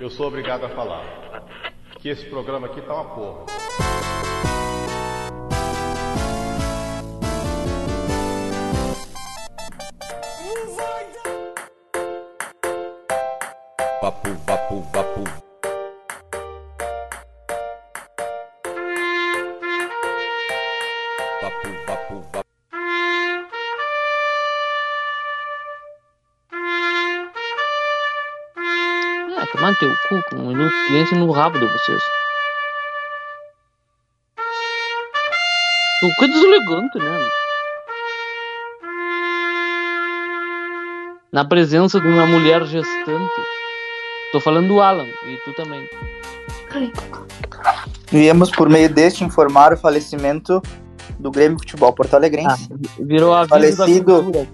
eu sou obrigado a falar que esse programa aqui tá uma porra. Vapu, vapu, vapu. Vapu, vapu, vapu. Ah, tomar no teu cu com um minuto de silêncio no rabo de vocês. O que deselegante, né? Na presença de uma mulher gestante. Tô falando do Alan, e tu também. Viemos por meio deste informar o falecimento do Grêmio Futebol Porto Alegrense Ah, Virou a vida da Falecido. cultura.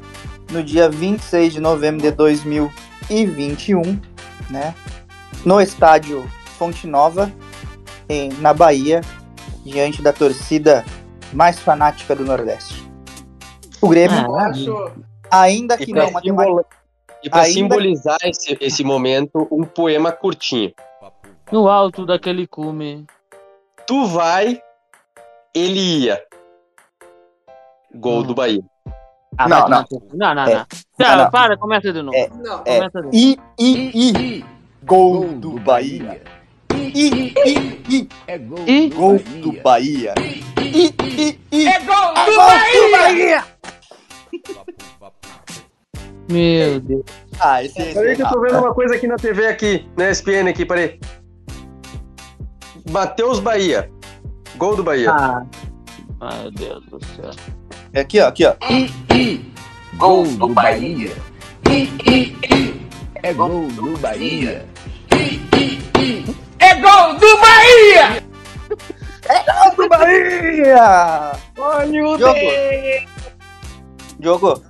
no dia 26 de novembro de 2021, né? No estádio Fonte Nova, em, na Bahia, diante da torcida mais fanática do Nordeste. O Grêmio, Ah, ainda E que pra não, simbol- matemática, e pra Ainda- simbolizar esse, esse momento, um poema curtinho. No alto daquele cume. Tu vai, ele ia. Gol Hum. do Bahia. Ah, Não, vai tomar não. teu cu. não, não, É. não. Tá, Não, não. para, começa de novo. É. Não. É. Começa de novo. I, I, I, gol do Bahia. I, I, I, É gol E? do gol Bahia. do Bahia. I, I, I, É gol do gol Bahia! do Bahia. Meu Deus. Ah, esse, esse Peraí que eu tô vendo ah, uma coisa aqui na TV aqui, na ESPN aqui, peraí. Matheus Bahia. Gol do Bahia. Ah. Meu Deus do céu. é Aqui, ó, aqui, ó. Gol do Bahia. É gol do Bahia. É gol do Bahia! do Bahia! Diogo. Diogo,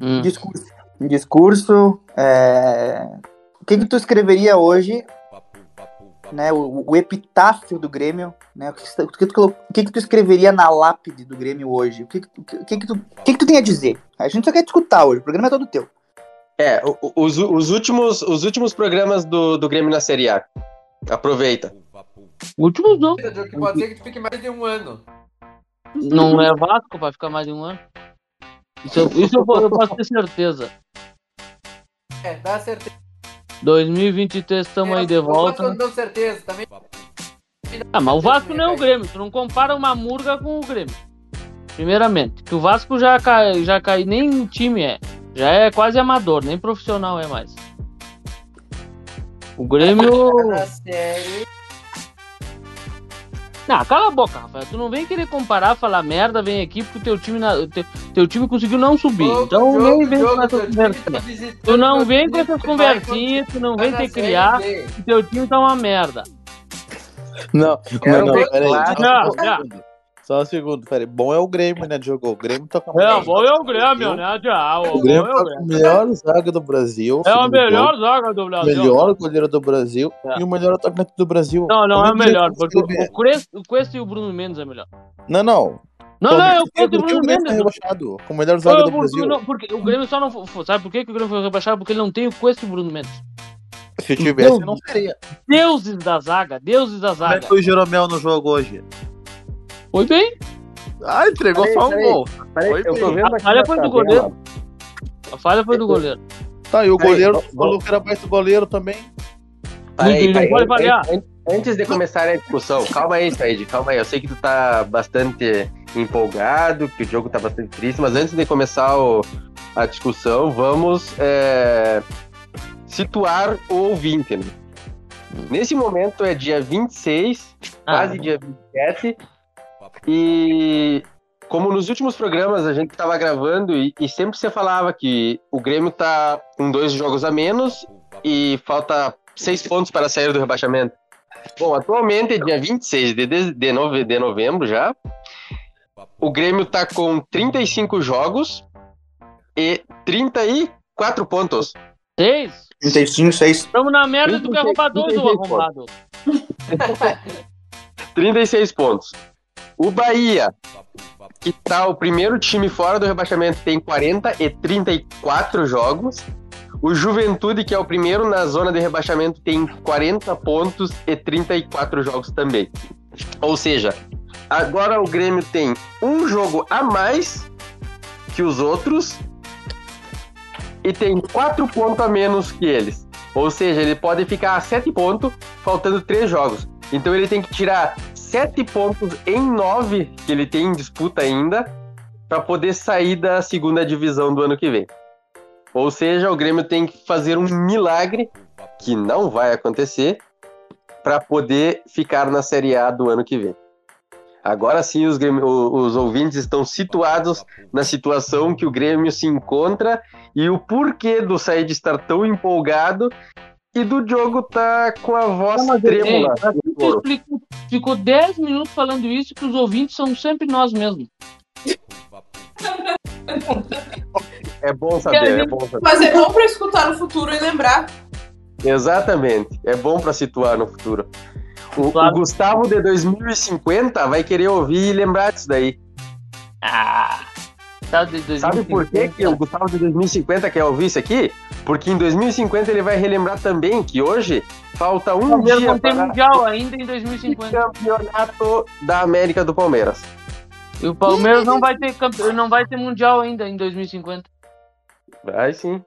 Hum. discurso. Discurso. é, O que, que tu escreveria hoje, né? O, o epitáfio do Grêmio, né? O que, que tu- o que tu, colo- o que que tu escreveria na lápide do Grêmio hoje? O que, que, tu- o que, que tu, o que, que tu tem a dizer? A gente só quer escutar hoje, o programa é todo teu. É, o- o- os, os últimos, os últimos programas do, do Grêmio na Série A. Aproveita. Últimos não. Que pode ser que tu fique mais de um ano. Não é Vasco vai ficar mais de um ano. Isso, eu, isso eu, po- eu posso ter certeza. É, dá certeza. 2023 estamos aí de É, Eu volta. não dou certeza também. Ah, mas o Vasco não é o Grêmio. Tu não compara uma murga com o Grêmio. Primeiramente, que o Vasco já cai, já cai nem time é. Já é quase amador, nem profissional é mais. O Grêmio. É, Na série. Não, cala a boca, Rafael. Tu não vem querer comparar, falar merda, vem aqui porque teu time, na- teu, teu time conseguiu não subir. então nem vem com essas tá conversinhas. Tu não vem com é essas conversinhas, tu não vem te criar, que teu time tá uma merda. Não, é Quero não, não, ver peraí. claro. Só um Não, não. segundo. Só um segundo, peraí. Bom é o Grêmio, né, Diogo? O Grêmio tá com a Não, melhor- bom é o Grêmio, né? Já, O o bom é Grêmio o tá com a Grêmio. melhor zaga do Brasil. É a segundo melhor zaga do gol, Brasil. melhor goleiro do Brasil É. e o melhor atacante do Brasil. Não, não Como é o que melhor. você Porque o escreve? Cres- o Cuesta e o Bruno Mendes é melhor. Não, não. Não, não, é o Como que Cuesta e Então, o o Bruno Grêmio tá Mendes. rebaixado com o melhor Não, zaga do porque Brasil. não- porque o Grêmio só não. foi- Sabe por que que o Grêmio foi rebaixado? Porque ele não tem o Cuesta e o Bruno Mendes. Se tivesse, Não. não seria. Deuses da zaga, deuses da Como é que zaga. foi o Jeromel no jogo hoje? Foi bem. Ah, entregou Peraí, só um peraí. gol. Foi eu tô bem. vendo A aqui falha na foi do tabela. goleiro. A falha foi do goleiro. Tá, e o Peraí, goleiro, vamos- o maluco era mais do goleiro também. Peraí, Não peraí, pode an- variar. an- Antes de começar a discussão, calma aí, Said, calma aí. Eu sei que tu tá bastante empolgado, que o jogo tá bastante triste, mas antes de começar o- a discussão, vamos é, situar o ouvinte. né? Nesse momento é dia 26, Ah, quase dia 27, e como nos últimos programas a gente tava gravando e, e sempre você falava que o Grêmio tá com dois jogos a menos e falta seis pontos para sair do rebaixamento. Bom, atualmente é dia 26 de, de, de, nove, de novembro já. O Grêmio tá com 35 jogos e 34 pontos. Seis? 35, 6. Estamos na merda do que arrombar dois, é ô 36 arrombado. 36 pontos. O Bahia, que tá o primeiro time fora do rebaixamento, tem 40 e 34 jogos. O Juventude, que é o primeiro na zona de rebaixamento, tem 40 pontos e 34 jogos também. Ou seja, agora o Grêmio tem um jogo a mais que os outros e tem quatro pontos a menos que eles. Ou seja, ele pode ficar a 7 pontos, faltando três jogos. Então ele tem que tirar sete pontos em nove que ele tem em disputa ainda para poder sair da segunda divisão do ano que vem. Ou seja, o Grêmio tem que fazer um milagre que não vai acontecer para poder ficar na Série A do ano que vem. Agora sim, os, Grêmio- o- os ouvintes estão situados na situação que o Grêmio se encontra e o porquê do Said estar tão empolgado e do Diogo tá com a voz Não, mas, trêmula. no Você couro. explicou- ficou 10 minutos falando isso que os ouvintes são sempre nós mesmos. É bom saber, Quero é ver. bom saber. Mas é bom pra escutar no futuro e lembrar. Exatamente. É bom para situar no futuro. O, Claro. o Gustavo de 2050 vai querer ouvir e lembrar disso daí. Ah! Tá de Sabe 2015. por que, que o Gustavo de 2050 quer ouvir isso aqui? Porque em 2050 ele vai relembrar também que hoje falta um Palmeiras dia não tem para mundial ainda em o 2050. campeonato da América do Palmeiras. E o Palmeiras não vai ter campe- não vai ter mundial ainda em 2050. Vai sim.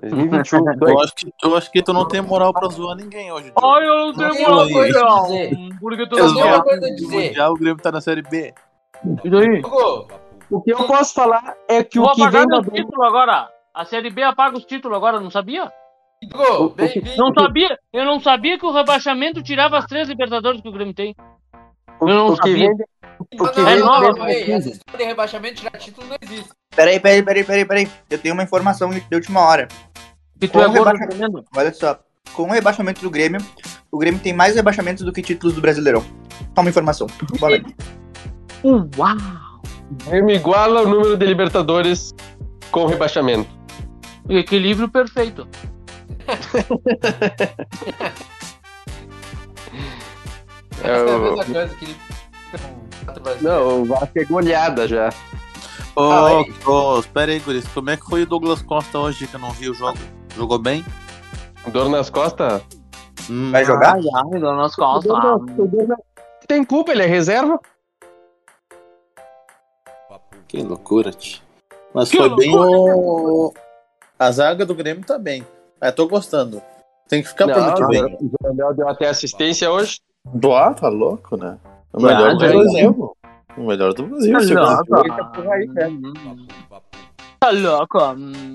2021. dois. Eu acho, que, eu acho que tu não tem moral pra zoar ninguém hoje. Diogo. Ai, eu não tenho tenho uma mundial. coisa a dizer. Porque tu Eu não tenho uma quer. coisa a No dizer. Mundial, o Grêmio tá na Série B. E daí? Hugo, O que eu posso falar é que Vou o que apagar vem da meus títulos agora. A Série B apaga os títulos agora, não sabia? Hugo, bem-vindo. Não sabia? Eu não sabia que o rebaixamento tirava as três Libertadores que o Grêmio tem. o, Eu não o que sabia. vem o que É Não, vem não, nova, não, mas não, véi, Essa história de rebaixamento tirar título não existe. Peraí, peraí, peraí, peraí, peraí. Eu tenho uma informação de última hora. Que tu é Ou gordo, rebaixamento. tremendo. Olha só. Com o rebaixamento do Grêmio, o Grêmio tem mais rebaixamentos do que títulos do Brasileirão. Só uma informação. Bola aí. Uau! O Grêmio iguala o número de Libertadores com rebaixamento. O equilíbrio perfeito. É, Essa é a o- mesma coisa que Quatro brasileiros. Não, o Vasco é goleada já. Ô, Ah, ô, espera aí, Guris. Como é que foi o Douglas Costa hoje que eu não vi o jogo? Jogou bem? Dor nas costas? Hum, Vai jogar? Ai, ai, dona nas costas. Tem culpa, ele é reserva? Que loucura, tio. Mas Que foi loucura, bem. ô, A zaga do Grêmio tá bem. Eu tô gostando. Tem que ficar pro ano que vem. o Jornal deu até assistência hoje. Doar, tá louco, né? O Ah, melhor do Jornal. Brasil. O melhor do Brasil, segundo. Tá louco.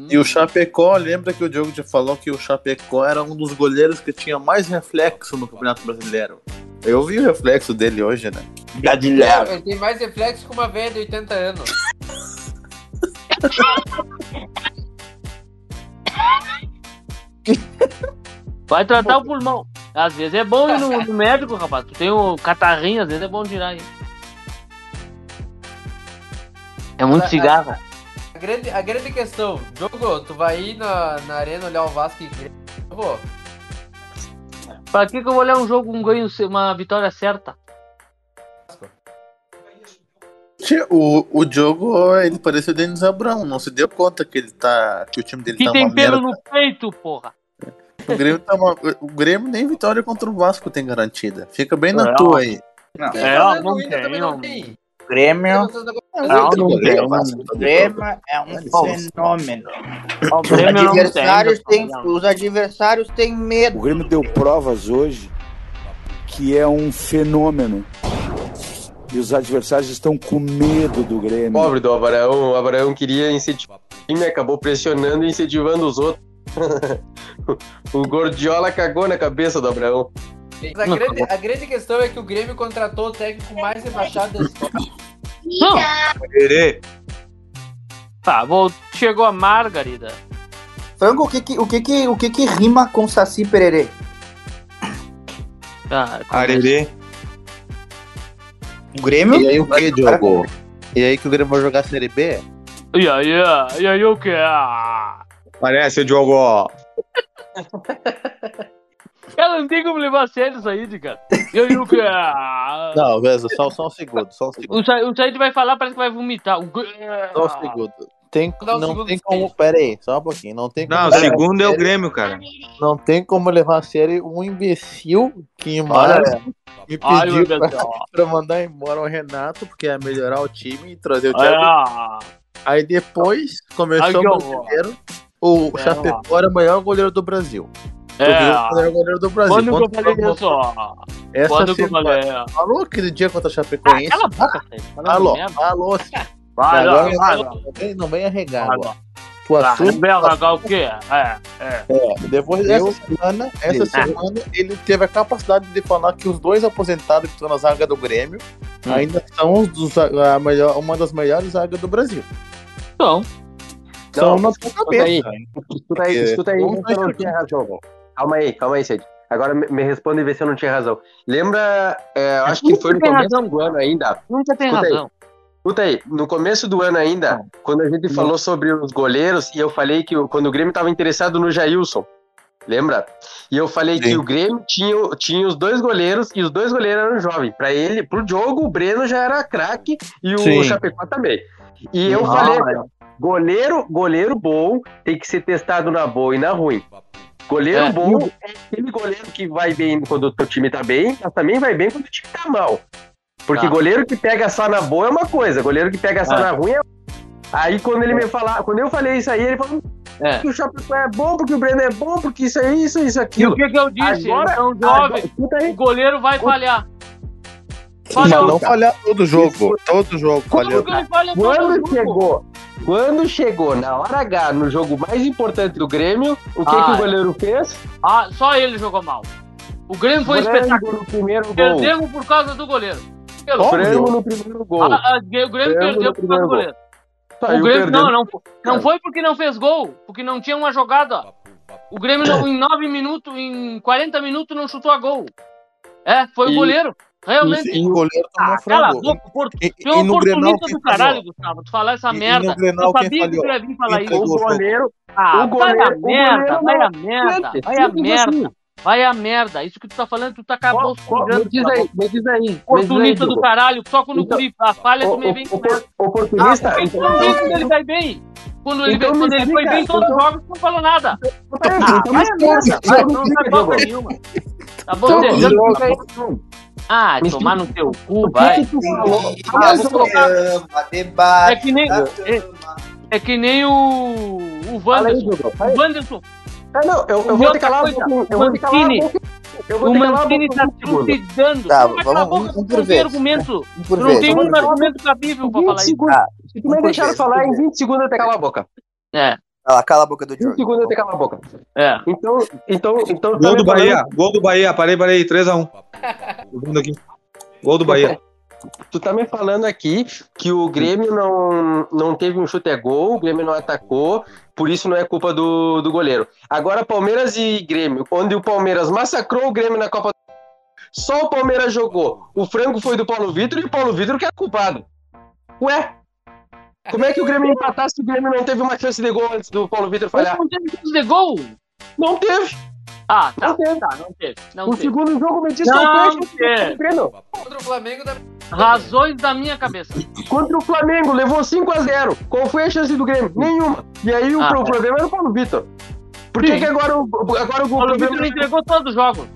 E o Chapecó, lembra que o Diogo já falou que o Chapecó era um dos goleiros que tinha mais reflexo no Campeonato Brasileiro. Eu vi o reflexo dele hoje, né? Não, É. Ele tem mais reflexo que uma velha de 80 anos. Vai tratar o pulmão. Às vezes é bom ir no, no médico, rapaz. Tu tem o catarrinho, às vezes é bom tirar aí. É muito cigarro. A grande, a grande questão, Diogo, tu vai ir na, na arena olhar o Vasco e Grêmio? Pô, É, Pra que, que eu vou olhar um jogo com um ganho, uma vitória certa? Tchê, O, o Diogo, ele parece o Denis Abrão, não se deu conta que ele tá. que o time dele Que tá tem uma merda. pelo no peito, porra. O Grêmio, tá uma- o Grêmio nem vitória contra o Vasco tem garantida. Fica bem na É, tua aí. quem É, tá ó, olhando não o Inter tem, também não. não tem. Grêmio. Vocês não- É Não, outro não goleiro, tem. Vasco, tá O de Grêmio é um Dane-se. fenômeno. Ó, o Os Grêmio não adversários, tem, têm, não. os adversários têm medo. O Grêmio deu provas hoje que é um fenômeno. E os adversários estão com medo do Grêmio. Pobre do Abraão. O Abraão queria incentivar o time, acabou pressionando e incentivando os outros. o Gordiola cagou na cabeça do Abraão. Mas A grande, a grande questão é que o Grêmio contratou o técnico mais rebaixado da história. Não. Tá, vou... chegou a Margarida. Frango, o que que, o que, que, o que, que rima com Saci Pererê? Ah, Arerê. O Grêmio? E aí o que, Diogo? E aí que o Grêmio vai jogar Série B? E aí, e aí o que? Ah, Parece o Diogo. ó. Ela não tem como levar a sério isso aí, cara. E aí o que? Ah. Não, beleza, só, só um segundo, só um segundo. O Sa- o Said vai falar, parece que vai vomitar. O... que- Só um segundo. tem, Vou dar um não segundo tem pra como. vocês. Pera aí, só um pouquinho. Não tem como, Não, o segundo é o Grêmio, cara. não tem como levar a sério um imbecil que mora. Me Ah. Ai, pediu meu Deus do céu. pra mandar embora o Renato, porque ia melhorar o time e trazer o Thiago. Ah, Aí depois Ai, começou que o horror. brasileiro. O É, Chapecó era o maior goleiro do Brasil. Tu viu é. que Era o goleiro do Brasil. Quando que eu Quando falei falou- isso? ó? Essa Quando que eu semana- falei? Ah, é Falou aquele dia contra a Chapecoense. Cala a boca, Fred. Falando Alô, merda. alô. Vai, agora tá vai, não, vai, não vem- não vem arregar vai, agora. Tu vai. assume. Rebela, gal, o quê? É, é. Depois Eu- dessa semana, essa Ah. semana ele teve a capacidade de falar que os dois aposentados que estão na zaga do Grêmio Hum. ainda são os dos- a melhor, uma das melhores zagas do Brasil. Então, são na tua escuta aí. cabeça. Escuta aí, escuta aí. Vamos ver se eu não tinha razão. Calma aí, calma aí, Sede. Agora me, me responde e vê se eu não tinha razão. Lembra, é, eu acho que Nunca foi no tem começo razão. do ano ainda. nunca tem Escuta aí. razão. Escuta aí, no começo do ano ainda, Ah. quando a gente falou sobre os goleiros, e eu falei que o- quando o Grêmio estava interessado no Jailson, lembra? E eu falei que Sim. o Grêmio tinha, tinha os dois goleiros, e os dois goleiros eram jovens. Para ele, pro jogo, o Breno já era craque e o Sim. Chapecó também. E eu Ah, falei, goleiro, goleiro bom tem que ser testado na boa e na ruim. Goleiro É. bom é aquele goleiro que vai bem quando o teu time tá bem, mas também vai bem quando o time tá mal. Porque Tá. goleiro que pega só na boa é uma coisa, goleiro que pega só Ah. na ruim é Aí quando ele me falar, quando eu falei isso aí, ele falou É. que o Chapecó é bom, porque o Breno é bom, porque isso é isso, isso, E o aquilo. que, que eu disse? Agora- Eles são Agora, jovens, escuta aí, o goleiro vai falhar. Não, Falhou. não falhar todo jogo. Todo jogo Como falhou. que ele falha todo Quando jogo? chegou, quando chegou na hora H, no jogo mais importante do Grêmio, o que, Ah, que é. o goleiro fez? Ah, só ele jogou mal. O Grêmio foi um Frango espetáculo. no primeiro gol. Perdemos por causa do goleiro. Pelo Óbvio. Frango no primeiro gol. Ah, ah, o Grêmio perdeu no por causa primeiro do gol. goleiro. Saiu o Grêmio perdendo. não, não, não foi porque não fez gol, porque não tinha uma jogada. O Grêmio não- em 9 minutos, em 40 minutos não chutou a gol. É, foi o E- goleiro. Realmente. E o goleiro tomou Ah, cala a frango. boca, Porto. E, Tu é um oportunista quem do caralho, falhou? Gustavo, tu falar essa E- e merda. no Grenal, eu quem sabia que tu falhou? ia vir falar Quem isso. pegou? O goleiro Ah, o goleiro- vai a o merda, goleiro vai não a merda, Gente, vai a simples merda, assim. vai a merda. Isso que tu tá falando, tu tá acabou Qual- qual- sujando. Me diz aí, me diz aí. me diz aí, Oportunista do Diego. caralho, só quando Então, o Guri a falha, O- tu me o- vem com merda. opor- Oportunista? Ah, Então, Por isso então, que ele vai bem. Quando ele, Então vem, me quando ele foi explica, bem em todos os então- jogos, tu não falou nada. então, Ah, vai a merda, então, vai, me não explica, sabe bosta Diego. nenhuma. Tá Então, bocejando. me explica aí. Ah, Me tomar no teu O cu, que vai. que tu falou? Ah, Ah, vou vou colocar- Ama, debate. É que nem, tá? é que nem o, o Fala aí, Wanderson. Diego. Fala O aí. Wanderson, Ah, não, eu- Eu E vou outra ter que calar a coisa, boca. o Eu vou ter que calar a Mancini- boca. Eu vou o ter que calar a boca Mancini tá por um segundo. trucidando. Tá, Tu vai calar a vamos- boca, um tu por não tem vez. argumento. Um Tu por não vez. tem um um por vez. argumento cabível pra 20 falar isso. segundos. Ah, Se tu me um por deixar vez, falar, um em por 20 segundos eu tenho que calar a boca. É, Cala, cala a boca do 20 Jorge. segundos eu tenho que calar a boca. é. Então, então, então. tá Gol me falando- do Bahia, gol do Bahia, parei, parei, 3x1. Tô vendo aqui. Gol do Bahia. Tu tá me falando aqui que o Grêmio não, não teve um chute a gol, o Grêmio não atacou, por isso não é culpa do, do goleiro. Agora Palmeiras e Grêmio, onde o Palmeiras massacrou o Grêmio na Copa do Só o Palmeiras jogou. O frango foi do Paulo Vitor e o Paulo Vitor que é culpado. Ué? Como é que o Grêmio empatasse se o Grêmio não teve uma chance de gol antes do Paulo Vitor Mas falhar? não teve chance de gol? Não teve. Ah, tá, Não teve. tá, não teve. Não O teve. segundo jogo me diz Não que é teve. o Grêmio Contra o Flamengo da Razões da minha cabeça. Contra o Flamengo, levou 5x0. Qual foi a chance do Grêmio? Nenhuma. E aí o, Ah, pro- é. problema era o Paulo Vitor. Por que, Sim. que agora o, agora o, O Paulo problema é Vitor entregou todos os jogos.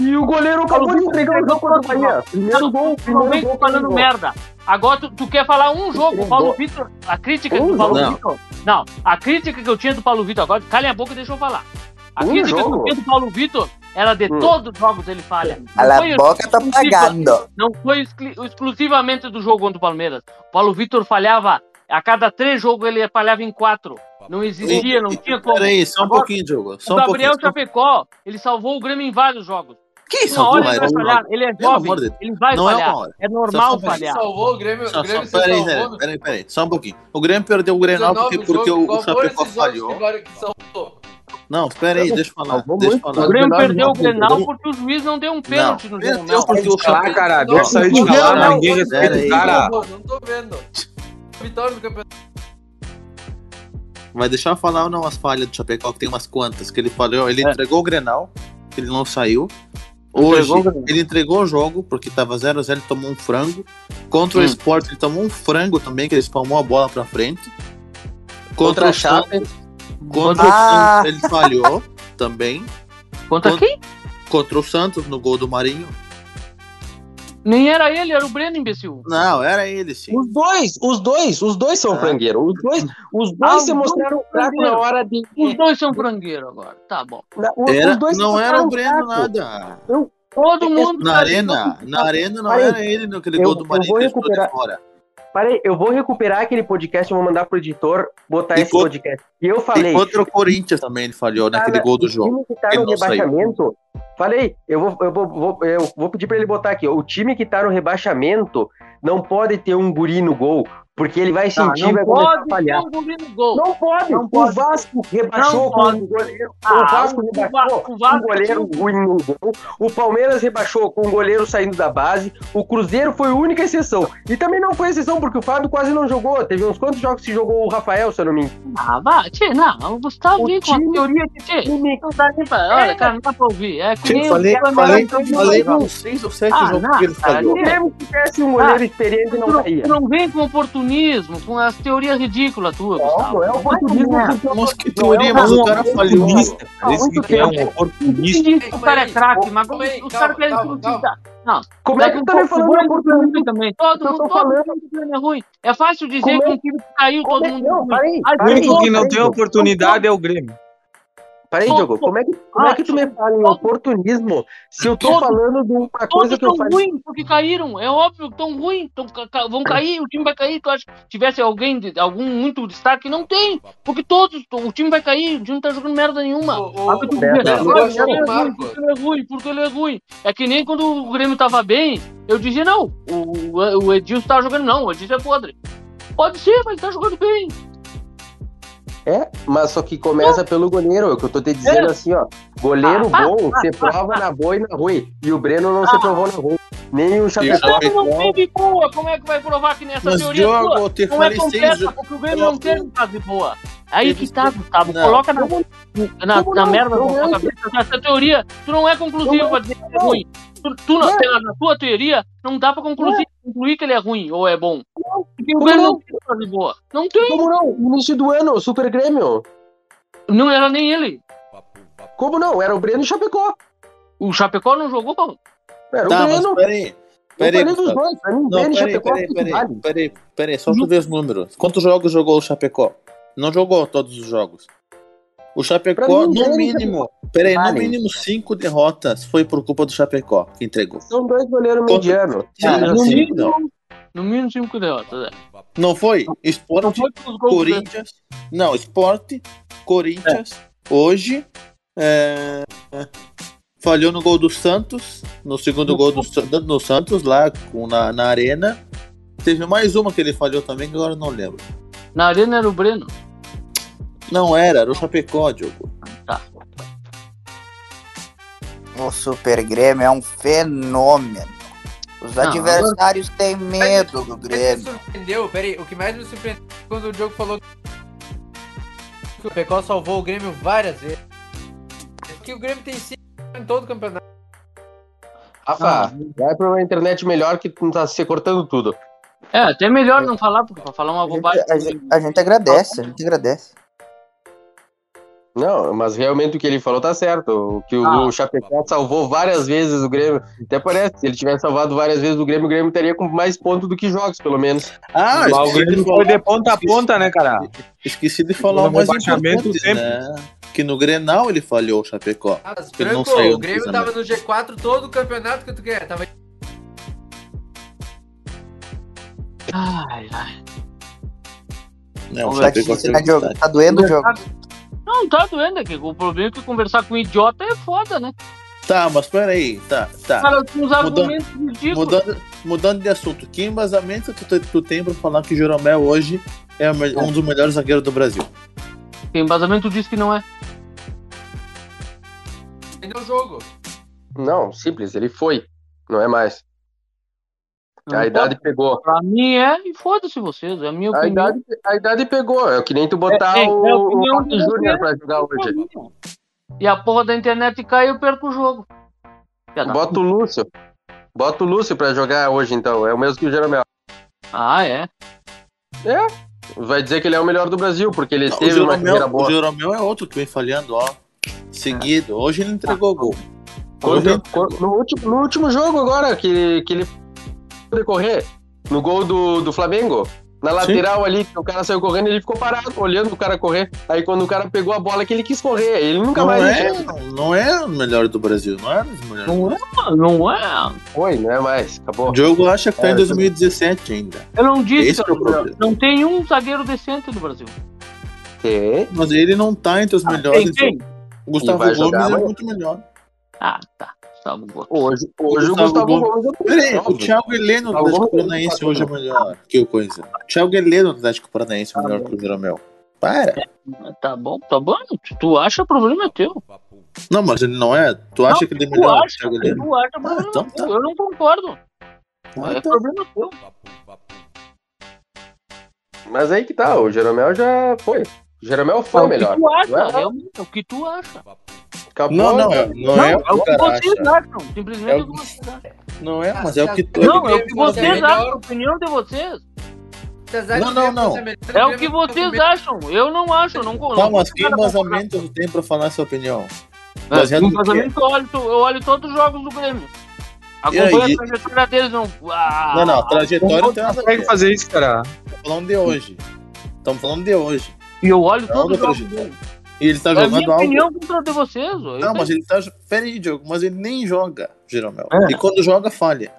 E o goleiro acabou de Vitor entregar o entregou jogo contra o todo Bahia. Primeiro gol, Tu não primeiro vem gol. falando primeiro merda. Agora tu, tu quer falar um jogo, o Paulo Vitor. A crítica Um do Paulo jogo? Vitor. Não, a crítica que eu tinha do Paulo Vitor agora, calem a boca e deixa eu falar. A Um crítica que eu jogo? tinha do Paulo Vitor era de Hum. todos os jogos ele falha. Não Cala foi a boca, tá exclusiva- pagando. Não foi exclu- exclusivamente do jogo contra o Palmeiras. O Paulo Vitor falhava. A cada três jogos ele falhava em quatro. Não existia, não tinha como. Peraí, só um Agora- pouquinho, Diogo. Só o um Gabriel pouquinho. Chapecó, ele salvou o Grêmio em vários jogos. Que é isso, Uma hora ele vai Diogo? falhar, ele é Pelo amor de jovem, Deus. ele vai Não é uma falhar. hora. É normal Só- só- falhar. salvou o Grêmio. Só- o Grêmio só- se Peraí, salvou. peraí, peraí, peraí, só um pouquinho. O Grêmio perdeu o Grenal porque, 19 porque jogos, o, qual o foram Chapecó esses jogos que falhou. agora que salvou? Não, peraí, deixa eu falar. Deixa eu falar. O Grêmio Grenal perdeu o não, Grenal não. porque o juiz não deu um Não, pênalti no Grenal. perdeu porque o Calar, Chapecó... cara, deixa eu sair de Não, calar, não, ninguém não, respeita pera aí. o cara. Não, não tô vendo. Vitória do campeonato. Vai deixar eu falar ou não as falhas do Chapecó, que tem umas quantas, que ele falhou, ele É. entregou o Grenal, que ele não saiu. Hoje, Entregou o Grenal. ele entregou o jogo, porque tava 0x0, ele tomou um Hum. frango. Contra o Sport, ele tomou um frango também, que ele espalmou a bola pra frente. Contra, o Chape. Contra o Ah. Santos ele falhou também. Contra Con- quem? Contra o Santos no gol do Marinho. Nem era ele, era o Breno, imbecil. Não, era ele sim. Os dois, os dois, os dois são Ah. frangueiros. Os dois, os dois Ah, se os mostraram fracos na frangueiros. hora de. Os dois são frangueiro agora. Tá bom. na- os- Era- os dois se não era mostraram o Breno fracos. nada. Todo mundo. tá Na arena, na arena não era ele no aquele eu- gol do eu Marinho vou que ele ficou de recuperar. fora. Parei, eu vou recuperar aquele podcast, eu vou mandar pro editor botar E esse co- podcast. E eu E falei, contra o Corinthians também ele falhou naquele Cara, gol do o jogo. time que tá Ele no não saiu. rebaixamento, falei, eu vou, eu, vou, vou- eu vou pedir pra ele botar aqui, ó, o time que tá no rebaixamento não pode ter um guri no gol, porque ele vai sentir, Tá, não vai começar a pode ter falhar. um guri no gol. Não pode, Não pode. o Vasco rebaixou com Não pode. o goleiro, Ah, o Vasco o rebaixou Vasco- o com Vasco um- o goleiro ruim no gol, o Palmeiras rebaixou com o goleiro saindo da base, o Cruzeiro foi a única exceção, e também não foi exceção porque o Fábio quase não jogou, teve uns quantos jogos que jogou o Rafael, se eu não me engano. Ah, vá, tchê, não. O Gustavo O vem com time- é a teoria de tchê. Não dá nem pra. Olha, cara, não dá pra ouvir. É que Sim, nem falei, o Flamengo tá falei, foi falei, de uns seis ou sete Ah, jogos não, que ele cara, falhou. Mesmo é que tivesse um Ah, goleiro experiente, Tu não tá não, saía. tu não vem com oportunismo, com as teorias ridículas tuas, Gustavo. é oportunismo. Nossa, que teoria, mas Não, o cara é um falhou. oportunista, cara. Ah, Esse muito que é um tempo. oportunista. Sim, O cara é Calma aí, craque, mas como calma aí, os caras querem calma, calma, criticar. Como é que tu tá me falando de oportunismo? também? Todo Eu tô mundo, todo falando. mundo que é ruim. É fácil dizer Como é- que um time que caiu, Como todo é- mundo é Não, ruim. parei, Ah, O parei. único que não parei, tem oportunidade é o Grêmio. Parei, Todos- Diogo. Como é que, como é que tu me fala em oportunismo se eu tô Todos- falando de uma Todos coisa que eu estão falei? ruins porque caíram. É óbvio que estão ruins. Tão, ca- ca- vão cair, o time vai cair. Tu acha que tivesse alguém, de, algum muito destaque? Não tem. Porque todos, o time vai cair, o time não tá jogando merda nenhuma. O- o- Ah, tu o- vê, Não, ah, eu acho ele é que o ruim, Marco- porque ele é ruim, porque ele é ruim. É que nem quando o Grêmio tava bem, eu dizia, não, o, o Edilson tava jogando, não, o Edilson é podre. Pode ser, mas ele tá jogando bem. É, mas só que começa pelo goleiro, é o que eu tô te dizendo assim, ó. Goleiro Ah, bom, se prova na boa e na ruim. E o Breno não se provou na ruim. Nem o E o Chapecó. Como não Chapecó- teve boa, como é que vai provar que nessa Mas teoria tua Diogo, te não é falei seis completa, jogos. porque o Grêmio não teve fase boa. Aí que Eles- tá, Gustavo, Não. coloca na, na, Como na não? merda da Como tua não? cabeça essa teoria, tu não é conclusivo Como pra dizer que é ruim. Tu, tu não, pela- na tua teoria, não dá pra concluir, concluir que ele é ruim ou é bom. Porque o Como Grêmio não? não teve fase Tá boa. Não tem. Como não? Início do ano, o Super Grêmio. Não era nem ele. Como não? Era o Breno e o Chapecó. O Chapecó não jogou. Era Tá, o mas Breno. peraí. Eu Peraí, falei dos Gustavo. dois. Pra mim, Não, Breno e peraí, Chapecó. peraí, tudo vale. peraí, peraí, peraí, só tu ver os números. Quantos jogos jogou o Chapecó? Não jogou todos os jogos. O Chapecó, Pra mim, no ele- mínimo, peraí, no Vale. mínimo cinco derrotas foi por culpa do Chapecó que entregou. São dois goleiros Contra- medianos. Ah, no sim, mínimo, não. No mínimo cinco derrotas. é. Não foi? Esporte, um Não foi pelos gols. né? Corinthians. Não, Esporte, Corinthians, hoje. é, é, falhou no gol do Santos, no segundo gol do, Sa- do Santos, lá com- na, na Arena. Teve mais uma que ele falhou também, que agora eu não lembro. Na arena era o Breno. Não era, era o Chapecó, Diogo. O Super Grêmio é um fenômeno. Os Não, adversários têm medo do O que mais me Grêmio. surpreendeu, peraí, o que mais me surpreendeu foi quando o Diogo falou que o Pecó salvou o Grêmio várias vezes. Que o Grêmio tem cinco em todo o campeonato. Rafa, vai pra uma internet melhor que tu não tá se cortando tudo. É, até melhor não falar, porque pra falar uma A gente, bobagem. a gente- a gente agradece, a gente agradece. Não, mas realmente o que ele falou tá certo. O que o, Ah. o Chapecó salvou várias vezes o Grêmio. Até parece, se ele tivesse salvado várias vezes o Grêmio, o Grêmio estaria com mais pontos do que jogos, pelo menos. Ah, Mas o Grêmio foi de ponta a ponta, né, cara? esqueci de falar No o mais rebaixamento importante, sempre. né? Que no Grenal ele falhou o Chapecó. Ah, mas, Ele não Franco, saiu o do Grêmio tava no G4 todo o campeonato que tu quer. Tava Ai, ai. Né? O Ô, Tá, Chapecó teve difícil, né, Diogo? destaque. Tá doendo o jogo. Não, tá doendo aqui. O problema é que conversar com um idiota é foda, né? Tá, mas peraí, tá, tá. Cara, com uns argumentos ridículos. Mudando, mudando de assunto, que embasamento tu, te- tu tem pra falar que o Jeromel hoje é o me- um dos melhores zagueiros do Brasil? Tem embasamento diz que não é. ainda o jogo. Não, simples, ele foi. Não é mais. Não A idade pegou. Pra mim é, e foda-se vocês, é a minha A opinião. idade, a idade pegou. É que nem tu botar É, é, é a o, o opinião Rafa de Júnior vocês. pra jogar hoje. E a porra da internet cai e eu perco o jogo. Piada. Bota o Lúcio. Bota o Lúcio pra jogar hoje, então. É o mesmo que o Jeromel. Ah, é. Vai dizer que ele é o melhor do Brasil, porque ele O teve uma carreira Jeromel, o boa. Jeromel é outro que vem falhando, ó. Seguido. Hoje ele Ah, entregou gol. Quando- quando- no, último, no último jogo agora, que, que ele foi correr, no gol do, do Flamengo, na lateral ali, que o cara saiu correndo, ele ficou parado, olhando o cara correr. Aí quando o cara pegou a bola que ele quis correr, ele nunca Não mais é, enxerga. não é o melhor do Brasil, não é um dos melhores. Não é, não é. Foi, não é mais, acabou. O Diogo acha que tá É, em 2017 ainda. Eu não disse, Esse é o cara, problema. não tem um zagueiro decente do Brasil. Tem. Mas ele não tá entre os melhores. Tem, tem. O Gustavo E vai Gomes jogar é amanhã. muito melhor. Ah, tá. Salvo gol. Hoje, hoje o Gustavo Gustavo Gomes. Gomes é Peraí, Não, o Thiago Heleno do Gomes Atlético não tá Paranaense jogando. hoje é melhor que o coisa. O Thiago Heleno do Atlético Paranaense Tá é melhor que o Jeromel. Para. Tá bom, tá bom. Se Tu acha, o problema é teu. Não, mas ele não é. Tu acha que ele é Tu melhor que o acha, Thiago Heleno? tu acha, o Ah, problema então é teu. Eu não concordo. Ah, é então. problema teu. Mas aí que tá, o Jeromel já foi. O Jeromel foi É o que melhor. tu acha, Não é? é o que tu acha. Acabou, Não, não, é- não é é o que o o que cara vocês acha. acham. É Simplesmente o o que vocês acham. Não é, mas é o que tu. Não, é o que Não, é vocês melhor. acham, a opinião de vocês. Não, não, não. É o que vocês acham. Eu não acho, eu não Tá, concordo. é, mas que embasamento tu tem pra falar essa opinião? baseado No no quê? vazamento eu olho, to- eu olho todos os jogos do Grêmio. E aí? Acompanho a trajetória deles, não. Ah, Não, não, trajetória não tem nada a consegue ver. fazer isso, cara. Estamos falando de hoje. Estamos falando de hoje. É E eu olho Não, todos os não jogos acredito. deles. E ele tá É a um minha jogando algo. opinião contra a de vocês. ó. Não, Isso mas aí. ele tá. Pera aí, Diogo, mas ele nem joga, Jeromel. É. E quando joga, falha.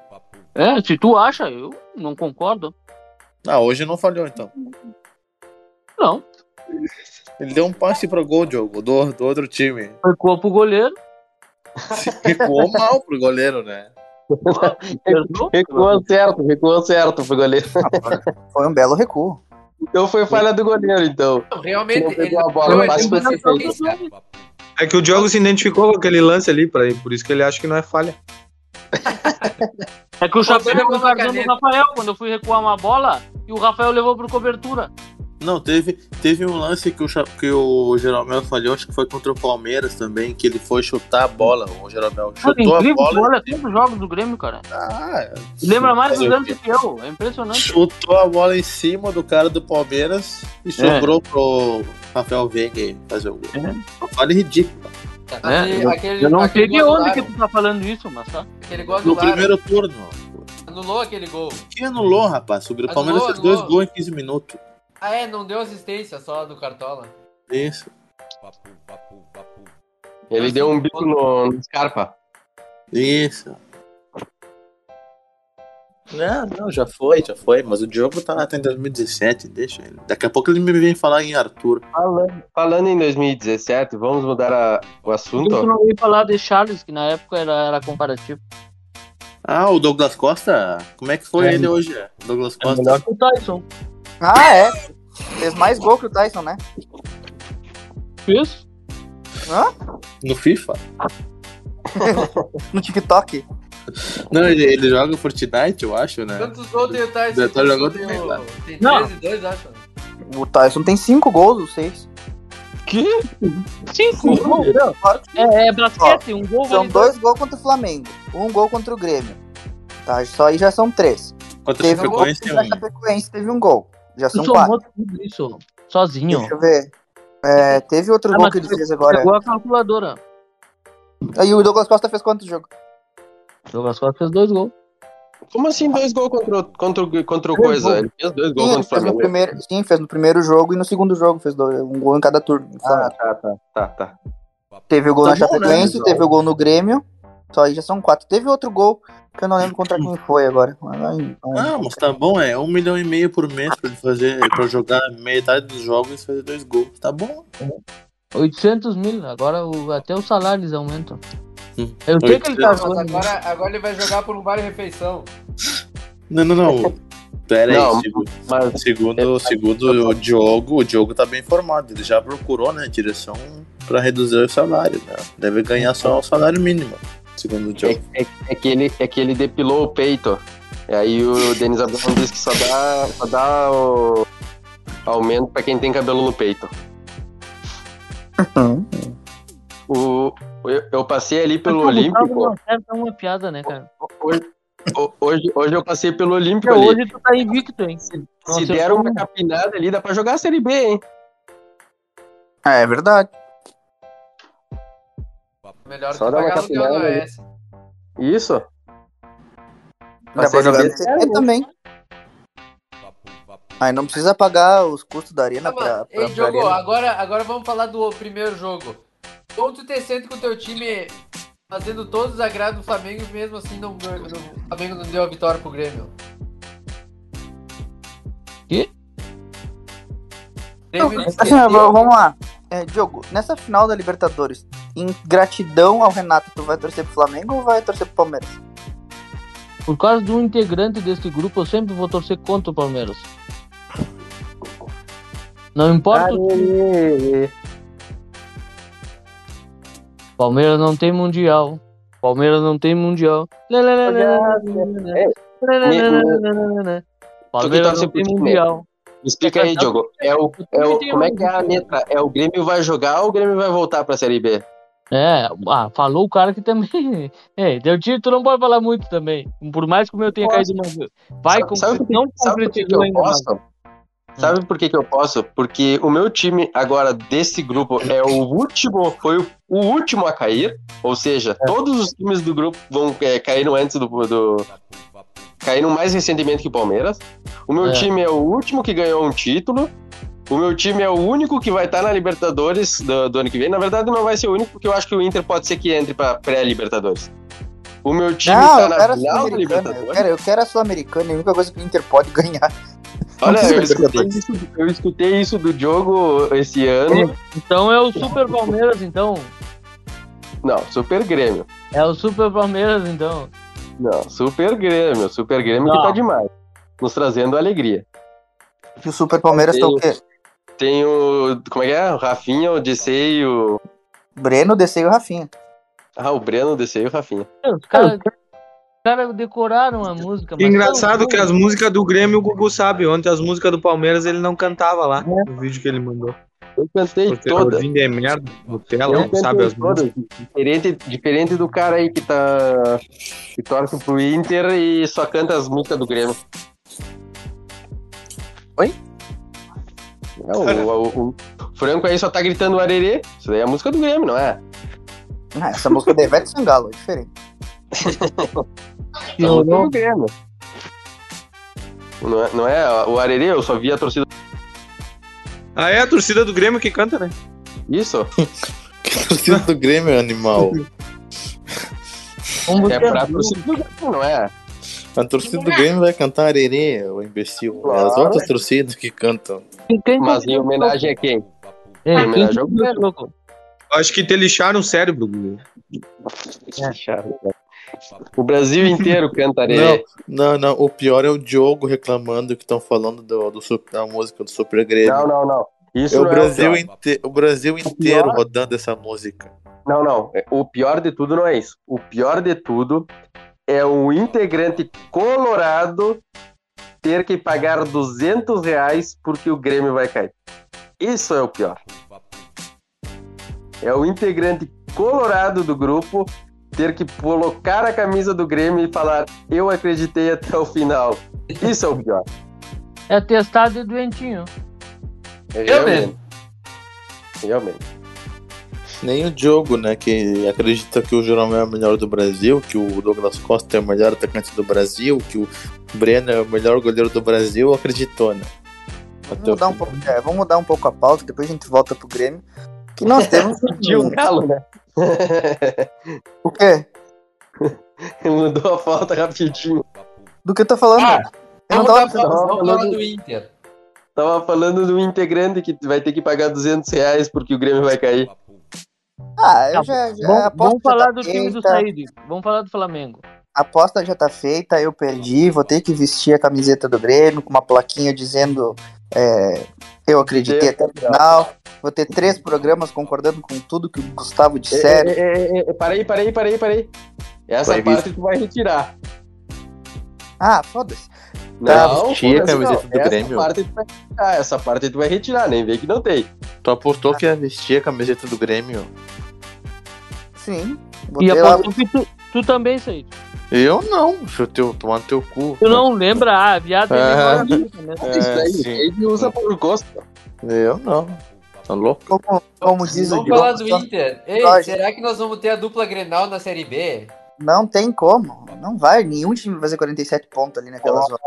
É, se tu acha, eu não concordo. Ah, hoje não falhou então. Não. Ele deu um passe pra gol, Diogo, do, do outro time. Recuou pro goleiro. Recuou mal pro goleiro, né? acertou. Recuou certo, recuou certo pro goleiro. Foi um belo recuo. Então foi falha do goleiro, então. Não, realmente. Não pegou ele- a bola, não, ele mas não você tem fez. isso, cara. É que o Diogo se identificou com aquele lance ali, pra por isso que ele acha que não é falha. É que o Chapéu Você levou o levou na cartão do caneta. Rafael quando eu fui recuar uma bola e o Rafael levou pro cobertura. Não, teve, teve um lance que o, Cha- que o Jeromel falhou, acho que foi contra o Palmeiras também, que ele foi chutar a bola. O Jeromel chutou a incrível, tu bola. olha todos os jogos do Grêmio, cara. Ah, Lembra mais dos fazer o anos quê? que eu. É impressionante. Chutou a bola em cima do cara do Palmeiras É. e sobrou pro Rafael Veiga aí fazer o gol. Olha ridículo. Aquele- É, aquele- Eu não sei aquele de gol onde que anularam, tu tá falando isso, mas tá. Aquele gol No anularam. primeiro turno. Anulou aquele gol. Quem anulou, rapaz? O Gr- Anulou, Palmeiras fez anulou. dois gols em 15 minutos. Ah, é, não deu assistência só do Cartola. Isso. Ele deu um bico no, no Scarpa. Isso. Não, não, já foi, já foi. Mas o Diogo tá, tá em 2017, deixa ele. Daqui a pouco ele me vem falar em Arthur. Falando, em 2017, vamos mudar a- o Por que assunto. tu não ia falar de Charles, que na época era, era comparativo. Ah, o Douglas Costa? Como é que foi ele hoje? Douglas Costa. Tá O Tyson. Ah, é. Fez mais gol que o Tyson, né? Fez? no FIFA? No TikTok. Não, ele, ele joga Fortnite, eu acho, né? Quantos gols tem o Tyson? Deve tá jogando Tem bem, tá? Tem Não. 13, 2, acho. O Tyson tem cinco gols, ou seis. Que? Cinco gols. Claro que É, é basquete, um gol São vale dois gols contra o Flamengo, um gol contra o Grêmio. Tá, só aí já são três. Contra a Teve um gol Chapecoense tem contra a um. Chapecoense, teve um gol. Já Tu são quatro. somou tudo isso sozinho. Deixa eu ver. É, teve outro Ah, gol mas que ele tu- fez agora. Pegou a calculadora. Aí o Douglas Costa fez quantos jogos? O Douglas Costa fez dois gols. Como assim dois gols contra, o- contra, o- contra o Coisa? Ele fez dois gols Sim, contra ele o fez no Flamengo. primeiro, sim, fez no primeiro jogo e no segundo jogo fez dois- um gol em cada turno. Ah, tá, tá, tá, tá. Teve o gol Tá na bom, né, Chapecoense, pessoal? teve o gol no Grêmio. Só aí já são quatro. Teve outro gol que eu não lembro contra quem foi agora. Mas aí, não lembro. Ah, mas tá bom, é um milhão e meio por mês pra ele fazer, pra jogar metade dos jogos e fazer dois gols. Tá bom. 800 mil. Agora o- até os salários aumentam. Hum. Eu sei que ele tá Mas Oitocentos. jogando. agora, agora ele vai jogar por um vale refeição. Não, não, não. Pera Não, aí, segu- Mas segundo, segundo o Diogo, o Diogo tá bem informado. Ele já procurou, né, direção pra reduzir o salário, né? Deve ganhar só o salário mínimo, segundo o Diogo. é, é que ele, é que ele depilou o peito. E aí o Denis Abrão disse que só dá, só dá o aumento pra quem tem cabelo no peito. O, eu, eu passei ali pelo O Gustavo Olímpico. Tá não acerta uma piada, né, cara? Hoje, ho- hoje, hoje eu passei pelo Olímpico ali. Hoje tu tá invicto, hein? Então, Se, Se der um- uma capinada ali, dá pra jogar a Série B, hein? É verdade. Melhor Só que dá uma pagar aluguel capinada do ali. OS. Isso. Dá pra jogar no CT também. Aí não precisa pagar os custos da arena Tá, pra, mano. pra, Ei, pra Diogo, arena. agora, agora vamos falar do primeiro jogo. Como tu ter sendo com o teu time fazendo todos os agrados do Flamengo e mesmo assim não, ganha- não- o Flamengo não deu a vitória pro Grêmio? Quê? Grêmio não Assim, perdeu. v- vamos lá. É, Diogo, nessa final da Libertadores, em gratidão ao Renato, tu vai torcer pro Flamengo ou vai torcer pro Palmeiras? Por causa de um integrante deste grupo, eu sempre vou torcer contra o Palmeiras. Não Ah, importa o time. um- Palmeiras não tem mundial. Palmeiras não tem mundial. Palmeiras torce não pro tem time. mundial. Me explica aí, Diogo. É o, é o, como é que é a letra? É o Grêmio vai jogar ou o Grêmio vai voltar pra Série B? É, ah, falou o cara que também. É, deu tiro, tu não pode falar muito também. Por mais que o meu tenha caído uma vez. Vai com. Sabe por que- Não Sabe por que, que concretizou eu ainda. mais. posso? Sabe por que, que eu posso? Porque o meu time agora desse grupo é o último, foi o, o último a cair. Ou seja, todos os times do grupo vão é, caíram antes do, do. Caíram mais recentemente que o Palmeiras. O meu É. time é o último que ganhou um título. O meu time é o único que vai estar na Libertadores do, do ano que vem. Na verdade, não vai ser o único, porque eu acho que o Inter pode ser que entre pra pré-Libertadores. O meu time Não, tá eu quero na a final da Sul-Americana. Eu Libertadores. quero, eu quero a Sul-Americana, é a única coisa que o Inter pode ganhar. Olha, Não eu precisa escutei, isso, eu escutei isso do Diogo esse ano. Então é o Super Palmeiras, então. Não, Super Grêmio. É o Super Palmeiras, então. Não, Super Grêmio. Super Grêmio Não. que tá demais. Nos trazendo alegria. E o Super Palmeiras tá o quê? Tem o. Como é que é? O Rafinha, o Dissei, o. Breno, Desceu e o Rafinha. Ah, o Breno, o Dissei e É, o Rafinha. Os caras cara decoraram a música. Que mas- engraçado que as músicas do Grêmio o Gugu sabe. Ontem as músicas do Palmeiras ele não cantava lá É. no vídeo que ele mandou. Eu cantei Porque todas. o Dinho é merda, Nutella, Eu não né? sabe as cantei músicas. todas. Diferente, diferente do cara aí que tá. que torce pro Inter e só canta as músicas do Grêmio. Oi? Não, o, o- o Franco aí só tá gritando arerê. Isso daí é a música do Grêmio, não é? Ah, essa música do Ivete Sangalo, é diferente. É a música do Grêmio. Não é, não é o arerê, eu só vi a torcida. Ah, é a torcida do Grêmio que canta, né? Isso? Torcida do Grêmio, é animal. Vamos É ver. pra torcida do Grêmio, não é? A torcida do Grêmio vai cantar arerê, o imbecil. É As Claro. outras torcidas que cantam. Quem- quem Mas em homenagem a quem? É, em homenagem quem- ao Grêmio. louco? Acho que te lixaram o cérebro, Gugu. O Brasil inteiro canta arerê. Não, não, o pior é o Diogo reclamando que estão falando do, do su- da música do Super Grêmio. Não, não, não. Isso É o não Brasil, pior. inte- o Brasil inteiro rodando essa música. Não, não. É, O pior de tudo não é isso. O pior de tudo é um integrante colorado ter que pagar 200 reais porque o Grêmio vai cair. Isso é o pior. É o integrante colorado do grupo ter que colocar a camisa do Grêmio e falar eu acreditei até o final. Isso é o pior. É testado e doentinho. É Realmente. Realmente. Nem o Diogo, né, que acredita que o Jeromel é o melhor do Brasil, que o Douglas Costa é o melhor atacante do Brasil, que o Breno é o melhor goleiro do Brasil, acreditou, né? Vamos Até o mudar, um fim. pouco, é, vamos mudar um pouco a pauta, depois a gente volta pro Grêmio. Que nós temos. Tio Galo, né? o quê? Mudou a falta rapidinho. Do que eu tô falando? Ah, eu Vamos não tava dar pra- falando- vamos falar do Inter. Tava falando do integrante que vai ter que pagar 200 reais porque o Grêmio vai cair. Ah, eu Tá, já, já a Vamos, aposta vamos já falar tá do time do feita, Saíde. Vamos falar do Flamengo. A aposta já tá feita, eu perdi, vou ter que vestir a camiseta do Grêmio com uma plaquinha dizendo é, eu acreditei até o final. Vou ter três programas concordando com tudo que o Gustavo disser. É, é, é, é, parei, parei, parei, parei. Essa Vai, parte tu vai retirar. Ah, foda-se. Tá, não, tira a foda-se, camiseta não. do essa Grêmio. Parte tu vai retirar, essa parte tu vai retirar, nem vê que não tem. Tu apostou que ia vestir a camiseta do Grêmio? Sim. E Botei lá, aposto que tu, tu também, Saíde. Eu não, chutei o tomando teu cu. Tu não lembra? Ah, viado, ele É. mora ali, né? É, sim. Ele usa por gosto. Eu não. Tá louco? Como, como diz o Vamos falar do Diogo, Inter. Ei, Jorge. será que nós vamos ter a dupla Grenal na Série B? não tem como. Não vai, nenhum time vai fazer 47 pontos ali naquela zona.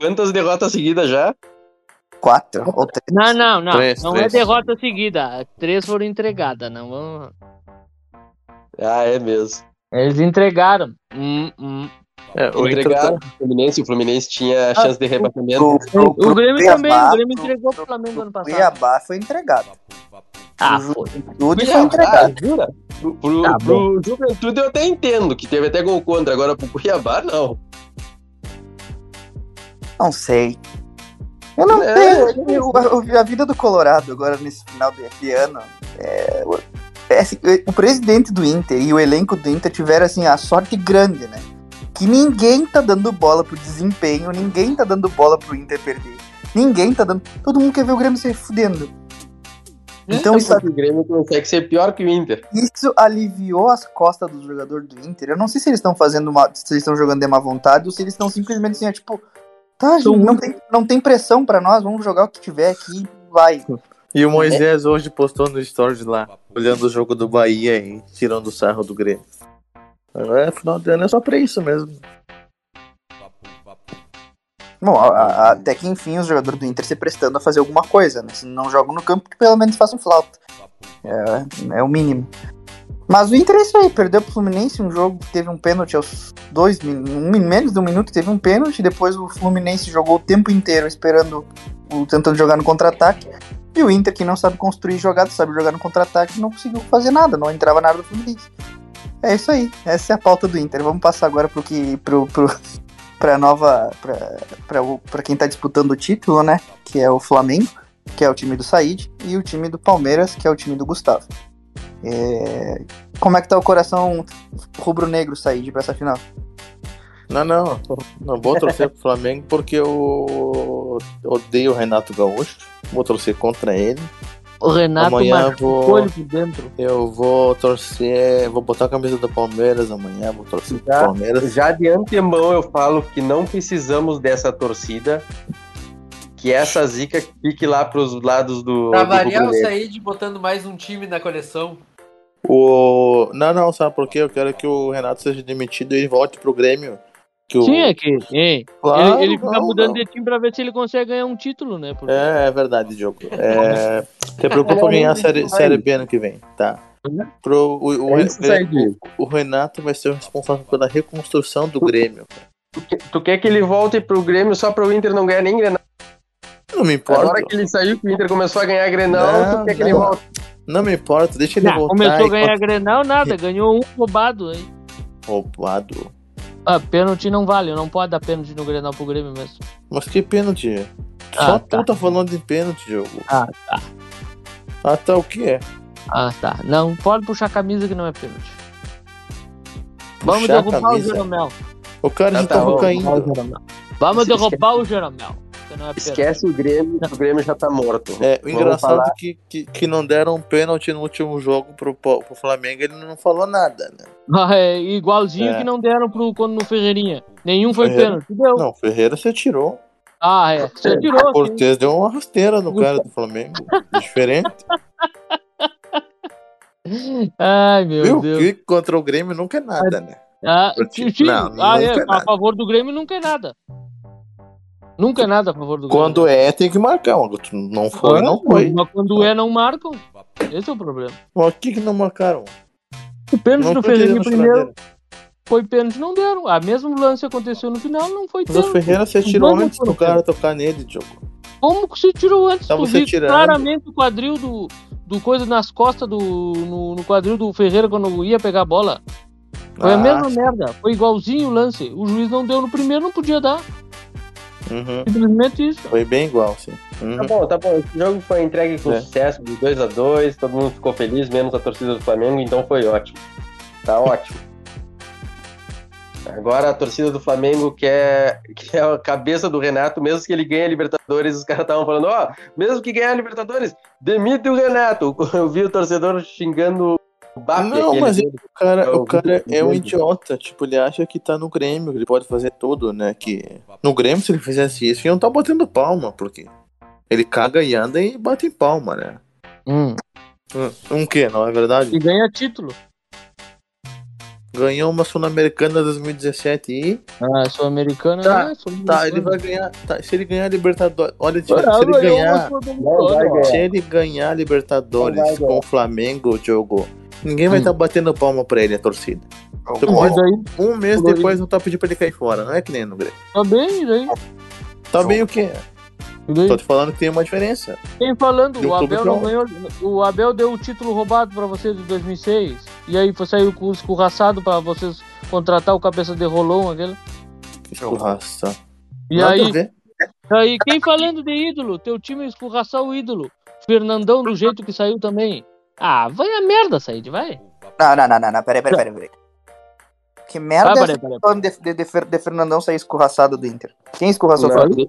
Quantas derrotas seguidas já? Quatro ou três. Não, não, não. Três, não três. é derrota seguida. Três foram entregadas, não vamos. Ah, é mesmo. Eles entregaram. Hum, hum. É, o Inter tá- Ah, Entregaram o Fluminense, o Fluminense tinha chance de rebatimento. Pro- pro- pro O Grêmio Cuiabá, também, o Grêmio pro- entregou pro pro- Flamengo ano pro passado. Cuiabá foi entregado. Ah, Ju- foi. Tudo foi é um Cuiabá, entregado. jura? Pro, pro, Tá pro Juventude eu até entendo, que teve até gol contra, agora pro Cuiabá não. Não sei. Eu não É, sei. eu- eu- a vida do Colorado agora nesse final de, de ano. é, o- é assim, o presidente do Inter e o elenco do Inter tiveram assim, a sorte grande, né? Que ninguém tá dando bola pro desempenho, ninguém tá dando bola pro Inter perder. Ninguém tá dando. Todo mundo quer ver o Grêmio se fudendo. Então isso, É o Grêmio consegue ser pior que o Inter. isso aliviou as costas do jogador do Inter. Eu não sei se eles estão fazendo uma. se eles estão jogando de má vontade ou se eles estão simplesmente assim, é, tipo, tá, gente, não tem, não tem pressão pra nós, vamos jogar o que tiver aqui, vai. E o Moisés hoje postou no stories lá, olhando o jogo do Bahia e tirando o sarro do Grêmio. Agora é final de ano é só pra isso mesmo. Bom, a- a- até que enfim os jogadores do Inter se prestando a fazer alguma coisa, né? Se não jogam no campo, que pelo menos façam flauta. É, é o mínimo. Mas o Inter é isso aí, perdeu pro Fluminense um jogo que teve um pênalti aos dois min- um, min- menos de um minuto, teve um pênalti, depois o Fluminense jogou o tempo inteiro esperando, o- tentando jogar no contra-ataque. E o Inter, que não sabe construir jogada, sabe jogar no contra-ataque, não conseguiu fazer nada, não entrava na área do Fluminense. É isso aí, essa é a pauta do Inter. Vamos passar agora pro que. Pro, pro, pra nova. Pra, pra, o- pra quem tá disputando o título, né? Que é o Flamengo, que é o time do Said, e o time do Palmeiras, que é o time do Gustavo. É, Como é que tá o coração rubro-negro, Said, pra essa final? Não, não, não vou torcer pro Flamengo porque eu odeio o Renato Gaúcho. Vou torcer contra ele. O Renato Amanhã marcou vou- o olho por dentro. Eu vou torcer, vou botar a camisa do Palmeiras amanhã, vou torcer pro Já? Palmeiras. Já de antemão eu falo que não precisamos dessa torcida. Que essa zica fique lá pros lados do. Pra do variar o rubro-negro. Said botando mais um time na coleção. O... Não, não, sabe por quê? Eu quero que o Renato seja demitido e ele volte pro Grêmio. Que o... Sim, é que. hein, Claro, ele, ele fica não, mudando não. de time pra ver se ele consegue ganhar um título, né? Porque... É, é verdade, Diogo. É, te preocupa em ganhar a série, série B ano que vem, tá? Pro, o, o, É isso, Said. o Renato vai ser o responsável pela reconstrução do Grêmio. Tu que- Tu quer que ele volte pro Grêmio só pro Inter não ganhar nem Grenal? Não me Agora importa. que ele saiu, que o Inter começou a ganhar Grenal, Não, tu quer que não. ele volte? Não me importa, deixa ele Não, voltar. tá começou a enquanto- ganhar Grenal, nada, ganhou um roubado, hein? Roubado. Ah, pênalti não vale, não pode dar pênalti no Grenal pro Grêmio mesmo. Mas que pênalti? Só Ah, tá. tu tá falando de pênalti, Diogo. Ah, tá. Ah, tá, o que é? Ah, tá. Não pode puxar a camisa que não é pênalti. Vamos Puxar a derrubar o camisa? Jeromel. O cara Ah, já tá, tava vamos, caindo. Esquece. Vamos derrubar o Jeromel. Que não é pênalti. Esquece o Grêmio, que o Grêmio já tá morto. É, o Vamos engraçado falar. é que, que, que não deram um pênalti no último jogo pro, Po- pro Flamengo, ele não falou nada, né? Ah, é igualzinho É. que não deram pro quando no Ferreirinha. Nenhum foi Ferreira- pênalti. Deu. Não, o Ferreira se atirou. Ah, é. Você tirou. O Cortez deu uma rasteira no cara do Flamengo. Diferente. Ai, meu Viu? Deus. Que contra o Grêmio nunca é nada, né? Ah, Eu sim, ti- sim. não, não Ah, foi é. A nada. favor do Grêmio nunca é nada. Nunca é nada a favor do Grêmio. Quando é, tem que marcar. mas Não foi, não foi. Mas quando é, não marcam. Esse é o problema. Mas por que, que não marcaram? O pênalti Não do foi Ferreirinha no primeiro choradeira. foi pênalti, não deram. A mesmo lance aconteceu no final, não foi Mas o pênalti. Ferreira se atirou Vamos antes do por cara tocar nele, Diogo. Como que se tirou antes? Tava tu se viu tirando. claramente o quadril do, do coisa nas costas do. No, no quadril do Ferreira quando ia pegar a bola. Foi a Ah, mesma merda. Foi igualzinho o lance. O juiz não deu no primeiro, não podia dar. uhum. Simplesmente isso. Foi bem igual, sim. Tá Uhum. bom, tá bom. Esse jogo foi entregue com É. sucesso de 2 a 2 todo mundo ficou feliz, menos a torcida do Flamengo, então foi ótimo. Tá ótimo. Agora a torcida do Flamengo quer, quer a cabeça do Renato, mesmo que ele ganhe a Libertadores, os caras estavam falando, ó, mesmo que ganhar a Libertadores, demite o Renato. Eu vi o torcedor xingando o Tá Mbappé, não, aquele mas dele. ele- o cara, É o o cara Vitor é um Grande. idiota. Tipo, ele acha que tá no Grêmio, que ele pode fazer tudo, né? Que no Grêmio, se ele fizesse isso, iam tá batendo palma, porque ele caga e anda e bate em palma, né? Hum. Um que, não é verdade? E ganha título. Ganhou uma Sul-Americana 2017 e. Ah, sul-americana. Tá, né? Sul-Americana. Tá, ele vai ganhar. tá, se ele ganhar a Libertadores. Olha, se Ah, ele ganhou uma ganhar. Sul-Americana, ó. Se ele ganhar a Libertadores com o Flamengo, Diogo, ninguém vai Hum. estar batendo palma pra ele, a torcida. Não, mas aí Um mês Florida. depois não tá pedindo pra ele cair fora, não é que nem no Grêmio. tá bem, daí. Tá bem o quê? daí. Tô te falando que tem uma diferença. Tem falando, De o outubro Abel não pra ganhou. O Abel deu o título roubado pra vocês de 2006. E aí foi saiu com o escurraçado pra vocês contratar o cabeça de rolão aquele. Então, Escurraça. E Nada a aí, ver. aí, quem falando de ídolo? Teu time escurraçar o ídolo. Fernandão do jeito que saiu também. Ah, vai a merda, Said, vai. Não, não, não, não, não. Peraí, peraí, peraí. peraí. Que merda Vai, Ah, é peraí, essa que tá falando de, de, de Fer- de Fernandão sair escorraçado do Inter? Quem escorraçou o Fernandão?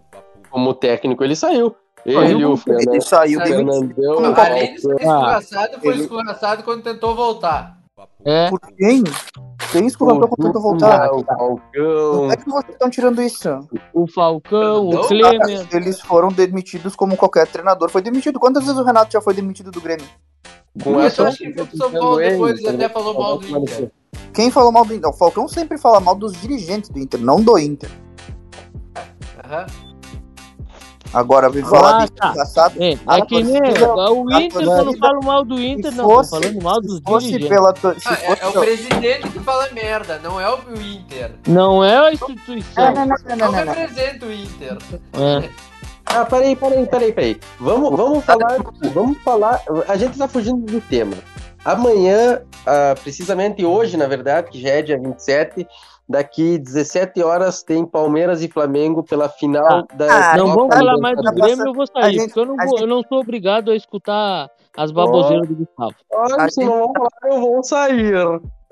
Como técnico, ele saiu. Saiu Ele, como o Fernando. Ele saiu O de Fernandão, Como o técnico. Além de ser escorraçado, foi escorraçado quando tentou voltar. É. Por quem? Quem escorraçou quando tentou voltar? Falcão, Falcão. Como é que vocês estão tirando isso? O Falcão, o Fernandão? Klemer. Eles foram demitidos como qualquer treinador foi demitido. Quantas vezes o Renato já foi demitido do Grêmio? Com Eu essa- acho que ele foi pro São Paulo é depois ele né? até falou mal do Inter. Quem falou mal do Inter? O Falcão sempre fala mal dos dirigentes do Inter, não do Inter. Aham. Agora vem falar Ah, de tá. desgraçado. É, Ah, é que mas nem se o Inter, ah, eu não se falo mal do Inter, se não. Tô fosse- falando mal dos Se fosse dirigentes. pela to- se Ah, é, é fosse- o presidente que fala merda, não é o Inter. Não é a instituição. Não, não, não, não, Não não, não, não. representa o Inter. É. Ah, peraí, peraí, peraí, peraí. Vamos, vamos Tá falar. Vamos falar. A gente tá fugindo do tema. Amanhã, ah, precisamente hoje, na verdade, que já é dia 27, daqui 17 horas tem Palmeiras e Flamengo pela final da. Ah, Não Copa vamos do falar mais do Brasil. Grêmio, eu vou sair, gente- porque eu não, a vou- eu não sou obrigado a escutar as baboseiras do Gustavo. Ah, se não vamos falar, eu vou sair.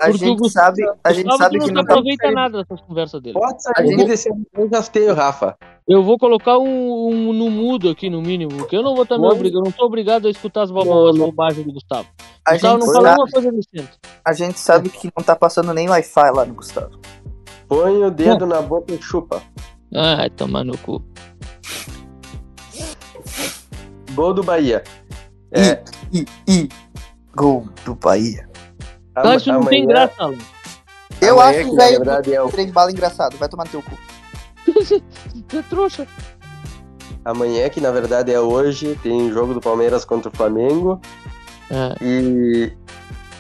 A Porque o gente Gustavo- sabe, a gente Gustavo sabe não que se não tá aproveita nada dessas conversas dele. Pode A sair gente- desse eu já tenho, Rafa. Eu vou colocar um, um no mudo aqui, no mínimo, porque eu não vou também Não. obrigado, eu não sou obrigado a escutar as babo- as bobagens do Gustavo. A Gustavo gente, não fala sabe, uma coisa decente. a gente sabe que não tá passando nem Wi-Fi lá no Gustavo. Põe o dedo na boca e chupa. Ai, tomar no cu. Gol do Bahia. É, E, e gol do Bahia. ama- Mas isso não tem amanhã- né? graça, Alan. Eu amanhã, acho que que na velho verdade é o- trem bala engraçado, vai tomar no teu cu. Tu é trouxa. Amanhã, que na verdade é hoje, tem jogo do Palmeiras contra o Flamengo. É, E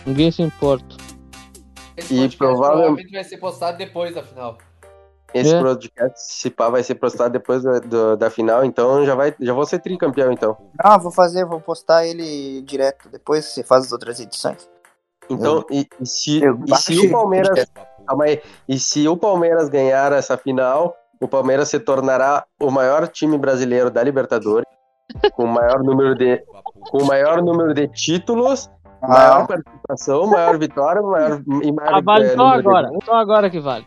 ninguém se importa. Esse E podcast provavelmente- provavelmente vai ser postado depois da final. esse É. podcast, se pá, vai ser postado depois da, do- da final, então já, vai, já vou ser tricampeão, então. Ah, vou fazer, vou postar ele direto. Depois você faz as outras edições. Então, e, e se, eu e se baixei o Palmeiras. calma aí. e se o Palmeiras ganhar essa final, o Palmeiras se tornará o maior time brasileiro da Libertadores, com o maior número de, com o maior número de títulos, Ah, maior participação, maior vitória, maior, e maior Ah, vale eh, só número de agora, só agora que vale.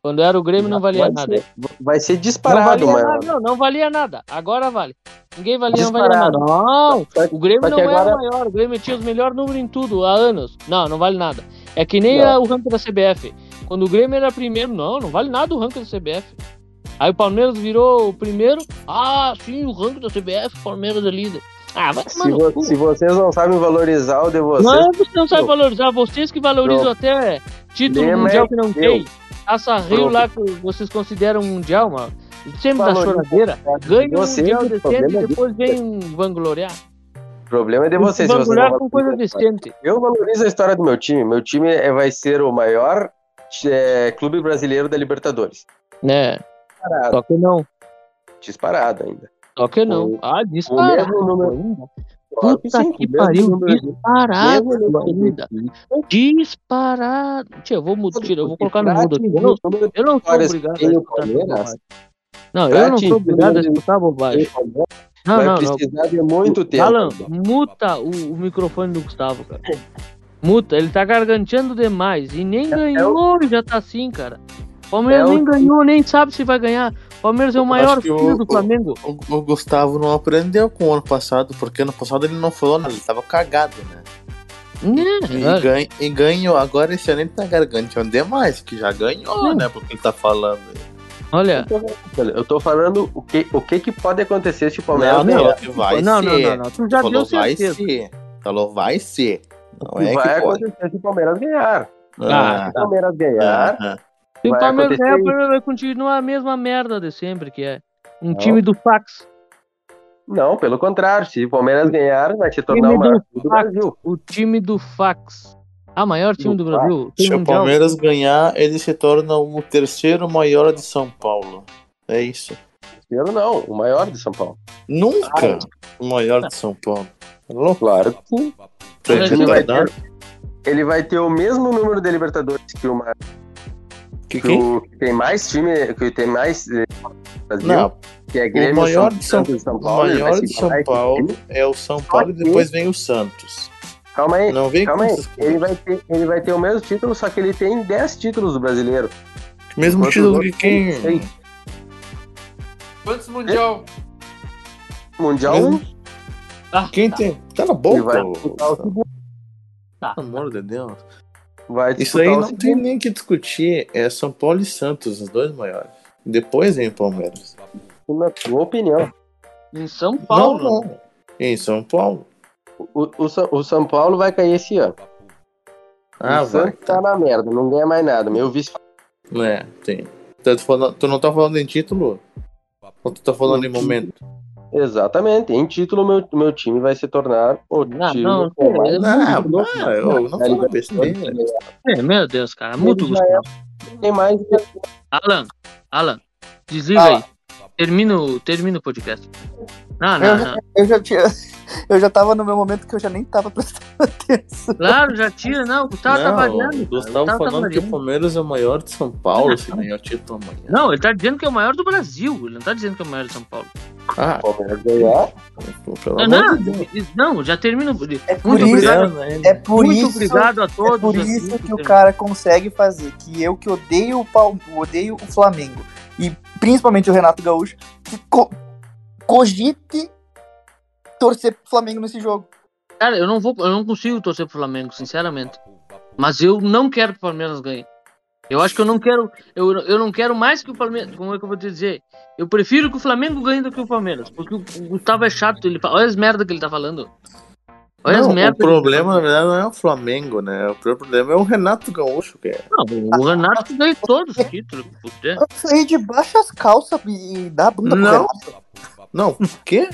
Quando era o Grêmio não valia Vai nada. ser- vai ser Não disparado, valia mano. nada, não, não valia nada. Agora vale. Ninguém valia, não valia nada. Disparado. Não, Só que- o Grêmio só que não era agora- o maior. O Grêmio tinha os melhores números em tudo há anos. Não, não vale nada. É que nem Não. a- o ranking da CBF. Quando o Grêmio era primeiro, não, não vale nada o ranking da CBF. Aí o Palmeiras virou o primeiro. Ah, sim, o ranking da CBF, o Palmeiras é líder. Ah, vai Se, tomar vo- no cu. se vocês não sabem valorizar o de vocês, Não, você não sabe valorizar. Vocês que valorizam até título Lema mundial é que não teu. tem. Taça Rio Pronto. lá que vocês consideram mundial, mano. Sempre da Valoriza. choradeira. Ganha um tá? Vocês, mundial o decente problema é e depois vem vangloriar. o problema é de vocês. se vocês Vangloriar não com coisa valorizam. decente. Eu valorizo a história do meu time. Meu time é- vai ser o maior é, clube brasileiro da Libertadores. Né? Disparado, Só que não. disparado ainda. Só que não. Ah, O é disparado. mesmo número. ainda. Óbvio, Puta sim, que o mesmo pariu. número de- Disparado mesmo número de- ainda. Disparado. Tia, eu vou mudar. Eu vou colocar no Pra mudo aqui. Eu não, atingir o número eu não sou Olha, se obrigado a tem o escutar Palmeiras, essa bobagem. pra Não, eu não atingir sou obrigado a o- escutar de bobagem. Palmeiras, Não, vai não, não. precisar de muito tempo. Alan, muta o, o microfone do Gustavo, cara. Muta, ele tá garganteando demais. E nem ganhou, já tá assim, cara. Palmeiras É o- nem ganhou, nem sabe se vai ganhar. Palmeiras é o maior acho que filho o- do Flamengo. O, o Gustavo não aprendeu com o ano passado, porque ano passado ele não falou nada, ele tava cagado, né? É, E, ganho, e ganhou agora esse ano ele tá garganteando demais, que já ganhou, né? Porque ele tá falando. Olha. Eu tô falando o que, o que, que pode acontecer se é o Palmeiras Não, não, ganhar. que vai não, não, ser. não, não. Tu já Falou, deu vai certeza. ser. Falou, vai ser. Não é E vai que pode. acontecer se o Palmeiras ganhar. Ah, Se o Palmeiras ganhar, ah, ah. Se o Vai Palmeiras ganhar, o acontecer Palmeiras vai continuar a mesma merda de sempre, que é um time do fax. não, pelo contrário. Se o Palmeiras ganhar, vai se tornar Time o um maior do clube do fax. Brasil. O time do fax. A maior time do, Do Brasil. Se time o mundial. Palmeiras ganhar, ele se torna o terceiro maior de São Paulo. É isso. Primeiro não, o maior de São Paulo. Nunca o maior de São Paulo. É Alô? Claro que sim. Tô Ele entendendo, vai né? Ele vai ter o mesmo número de Libertadores que o ma- Que que, quem? o- que tem mais time, que tem mais eh, Brasil, Não, que é o Grêmio, maior de São, Santos e São o Paulo. ele vai maior se de São igualar a esse Paulo time. é o São Paulo e depois vem o Santos. Calma aí, Não vem com calma aí. esses Ele vai, ter, ele vai ter o mesmo título, só que ele tem 10 títulos do brasileiro. mesmo Quantos título que outros quem? tem? Sei. Quantos mundial? Mundial um, Mesmo- Ah, Quem tem? Cala a ele boca. vai ô, disputar o Gustavo. segundo. Tá. Pelo amor de Deus. Vai Isso aí disputar o não segundo. tem nem o que discutir. É São Paulo e Santos, os dois maiores. Depois vem o Palmeiras. Na tua opinião. Em São Paulo. Não, não. Em São Paulo. O, o, Sa- o São Paulo vai cair esse ano. Ah, vai. o Santos tá na merda, não ganha mais nada. Meu vice É, tem. Tá, tu, falando- tu não tá falando em título? Ou tu tá falando em momento? Exatamente. Em título, meu, meu time vai se tornar o Ah, time não, com mais Eu Não, não- não, Ah, eu não falo besteira. É, meu Deus, cara. Muito Ele já é- Gustavo. tem mais Alan, Alan, desliga Fala. aí. Termina o, termina o podcast. Não, não, não. Eu já tinha. Eu já tava no meu momento que eu já nem tava prestando atenção. Claro, já tira, não. O Gustavo tá não, o variando. cara, o Gustavo Gustavo tá falando que o variando. Palmeiras é o maior de São Paulo, se ganhar título amanhã. Não, ele tá dizendo que é o maior do Brasil. Ele não tá dizendo que é o maior de São Paulo. Ah, Palmeiras ganhar. pô, pelo Não, amor de Deus. não, já termina. o- É por Muito isso- obrigado. Inferno, hein? É por Muito isso. obrigado a todos. É por assim, isso que o cara consegue fazer. Que eu que odeio o Palme, odeio o Flamengo. E principalmente o Renato Gaúcho, que co- cogite torcer pro Flamengo nesse jogo. Cara, eu não vou, eu não consigo torcer pro Flamengo, sinceramente. Mas eu não quero que o Palmeiras ganhe. Eu acho que eu não quero, eu, eu não quero mais que o Palmeiras. Como é que eu vou te dizer? Eu prefiro que o Flamengo ganhe do que o Palmeiras, porque o o Gustavo é chato. Ele fala, olha as merda que ele tá falando. Olha as Não, merda. o problema, na verdade, não é o Flamengo, né? O primeiro problema é o Renato Gaúcho, que é. que ele fala. Não, o Renato ganha todos os títulos. puta. Eu saí de baixo as calças e e dá a bunda pro Não. Renato. Não, o quê?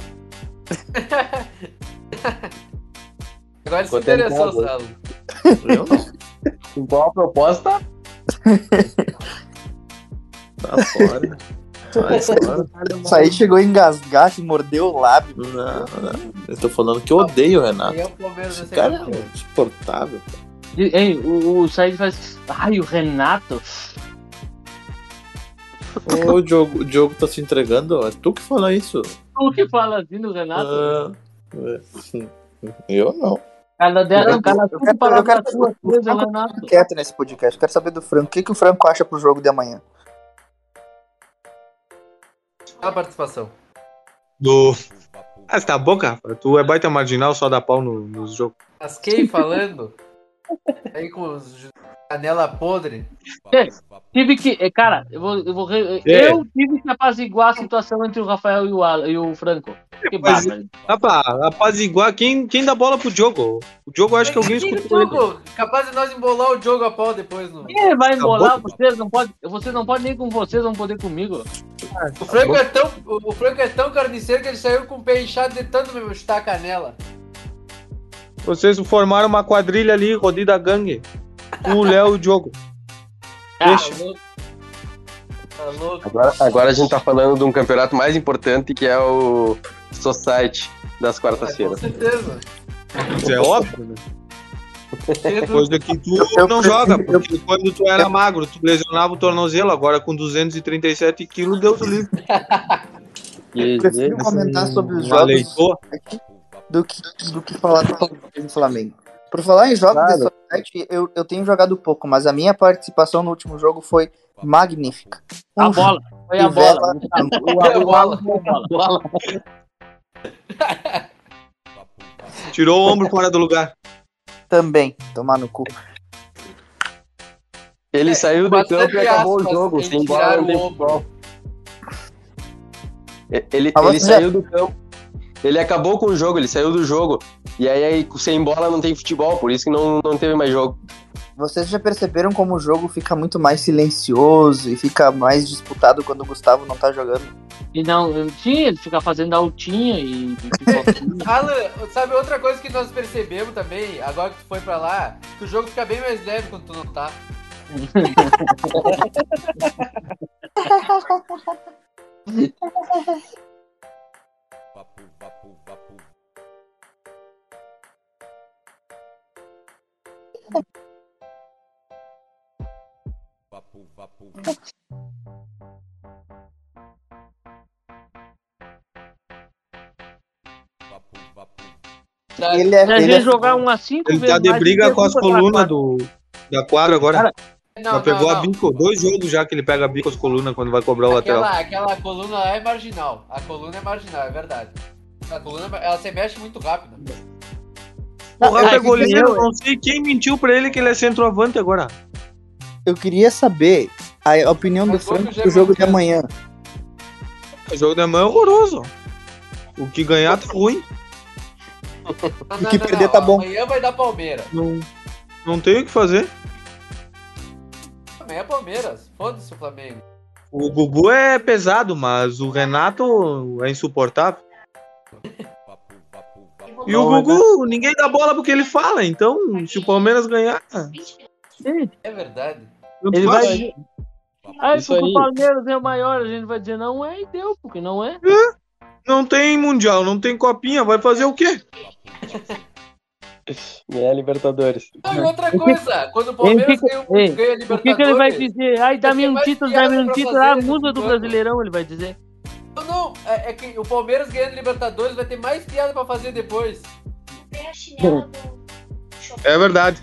Agora ele se Ficou interessou, tentado. Salo. Eu não. Com qual a proposta? Tá fora. Sai fora. Isso aí chegou a engasgar, que mordeu o lábio. Não, não. Eu tô falando que eu odeio o Renato. E é o Palmeiras Esse vai ser cara campeão. é insuportável. E, hein, o, o Said faz. Ai, o Renato. Ô, o Diogo, o Diogo tá se entregando? É tu que fala isso? Tu que fala assim do Renato? Ah, é. Eu não. Cada dela, cada eu quero- eu quero- duas coisas, né, Renato. Fica Quieto nesse podcast. Quero saber do Franco. O que, que o Franco acha pro jogo de amanhã? A participação. Do. Ah, você tá boca, rapaz? Tu é baita marginal, só dá pau no- nos jogos. Casquei falando. aí com os canela podre. É. Tive que. eh, Cara, eu vou. Eu, vou re- eh, É. eu tive que apaziguar a situação entre o Rafael e o, Al- e o Franco. Que Mas- bárbaro. Rapaz, rapaziguar, Ah, quem, quem dá bola pro Diogo? O Diogo eu acho que alguém escutou ele. jogo, capaz de nós embolar o jogo a pau depois no. Quem vai embolar? Acabou. Vocês não podem. Vocês não podem nem com vocês, vão poder comigo. O Franco, é tão, o Franco é tão carniceiro que ele saiu com o pé inchado de tanto me chutar a canela. Vocês formaram uma quadrilha ali, rodida gangue. O Léo e o Diogo. Ah, Deixa. eu- Tá louco. Agora, agora a gente tá falando de um campeonato mais importante que é o Society das Com Tá quartas-feiras. certeza. Isso é óbvio, né? Título. Coisa que tu não joga, porque quando tu era magro, tu lesionava o tornozelo, agora com 237 quilos, Deus o livre. E- Prefiro comentar sobre os Já jogos leitou? do que, do que falar do Palmeiras e Flamengo. Por falar em jogos Claro. dessa noite, eu, eu tenho jogado pouco, mas a minha participação no último jogo foi magnífica. a Um bola. Foi a de bola. vela. O, a- o Alan foi a bola. Tirou o ombro fora do lugar. Também, tomar no cu. Ele É, saiu do bastante campo e acabou o aspas, jogo, eles sem bola tiraram nem o ombro. futebol. E- Ele, Ah, ele você- é. saiu do campo. Ele acabou com o jogo, ele saiu do jogo. E aí, aí sem bola não tem futebol, por isso que não, não teve mais jogo. Vocês já perceberam como o jogo fica muito mais silencioso e fica mais disputado quando o Gustavo não tá jogando? E não, tinha, ele fica fazendo altinha e. e- Alan, sabe outra coisa que nós percebemos também, agora que tu foi pra lá, que o jogo fica bem mais leve quando tu não tá. Tá. Ele é, Se a ele é- gente jogar um umas 5 Ele vezes. tá de mais, briga ele com as derruba aquela colunas quadra. do, da quadra agora. Cara, Não, já não, pegou a não. bico, dois jogos já que ele pega a bico as colunas quando vai cobrar o lateral. Aquela, aquela coluna lá é marginal. A coluna é marginal, é verdade. A coluna, ela se mexe muito rápido. O Rafa Ah, é é que goleiro, eu- não sei quem mentiu pra ele que ele é centroavante agora. eu queria saber a opinião do Mas como é. Franco já do jogo de marcou- amanhã. O jogo da mão é horroroso. O que ganhar tá ruim. Não, E que perder tá bom. Amanhã vai dar Palmeiras. Não, não tem o que fazer. Amanhã é Palmeiras. Foda-se o Flamengo. O Gugu é pesado, mas o Renato é insuportável. E o Gugu, ninguém dá bola porque ele fala. Então, se o Palmeiras ganhar, É verdade. não Ele passa. vai. Ah, Isso porque o aí. Palmeiras é o maior, a gente vai dizer não é e deu, porque não é. não tem mundial, não tem copinha, vai fazer o quê? É, Libertadores. Não, e outra coisa, quando o Palmeiras fica- ganha, o- Ei, ganha a O que, que ele vai Libertadores. dizer? Ai, dá-me Tem um mais título, piada dá-me um pra título. fazer Ah, nesse muda do jogo. Brasileirão, ele vai dizer. Não, não. É, é que o Palmeiras ganhando a Libertadores vai ter mais piada pra fazer depois. É verdade.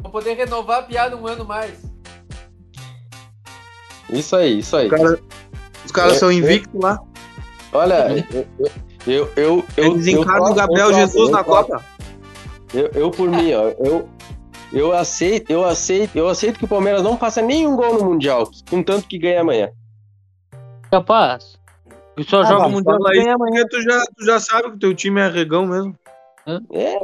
Vou poder renovar a piada um ano mais. Isso aí, isso aí. Cara, Os caras É, são é. invictos lá. Olha, eu. Eu, eu, eu, eu, Eles encaram troco- o Gabriel eu troco- Jesus eu na troco. Copa. Eu, eu, por mim, ó, eu, eu aceito, eu aceito, eu aceito que o Palmeiras não faça nenhum gol no Mundial, contanto que ganhe amanhã. Capaz. E Ah, só joga o Mundial fala e isso. ganha amanhã. Porque tu já, tu já sabe que o teu time é regão mesmo. É,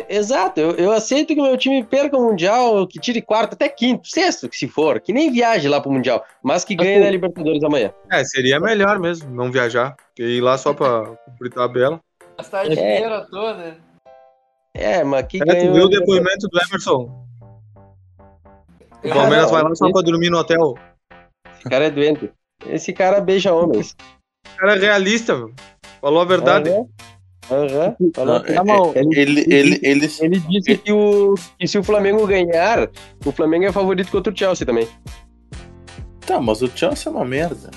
é, exato, eu, eu aceito que meu time perca o Mundial, que tire quarto, até quinto, sexto, que se for, que nem viaje lá pro Mundial, mas que ganhe Assim. na Libertadores amanhã. É, seria melhor mesmo não viajar. Porque ir lá só pra cumprir tabela. É. Gastar dinheiro à toa, né? É, mas que É, tu ganhou- viu o depoimento do Emerson. O Eu- Palmeiras Cara, vai lá só pra dormir no hotel. Esse cara é doente. Esse cara beija homens. O cara é realista, meu. Falou a verdade. É, Aham. Aham. Falou- Não, é- Tá bom. Ele, ele, ele, Ele disse que, o, que se o Flamengo ganhar, o Flamengo é favorito contra o Chelsea também. Tá, mas o Chelsea é uma merda.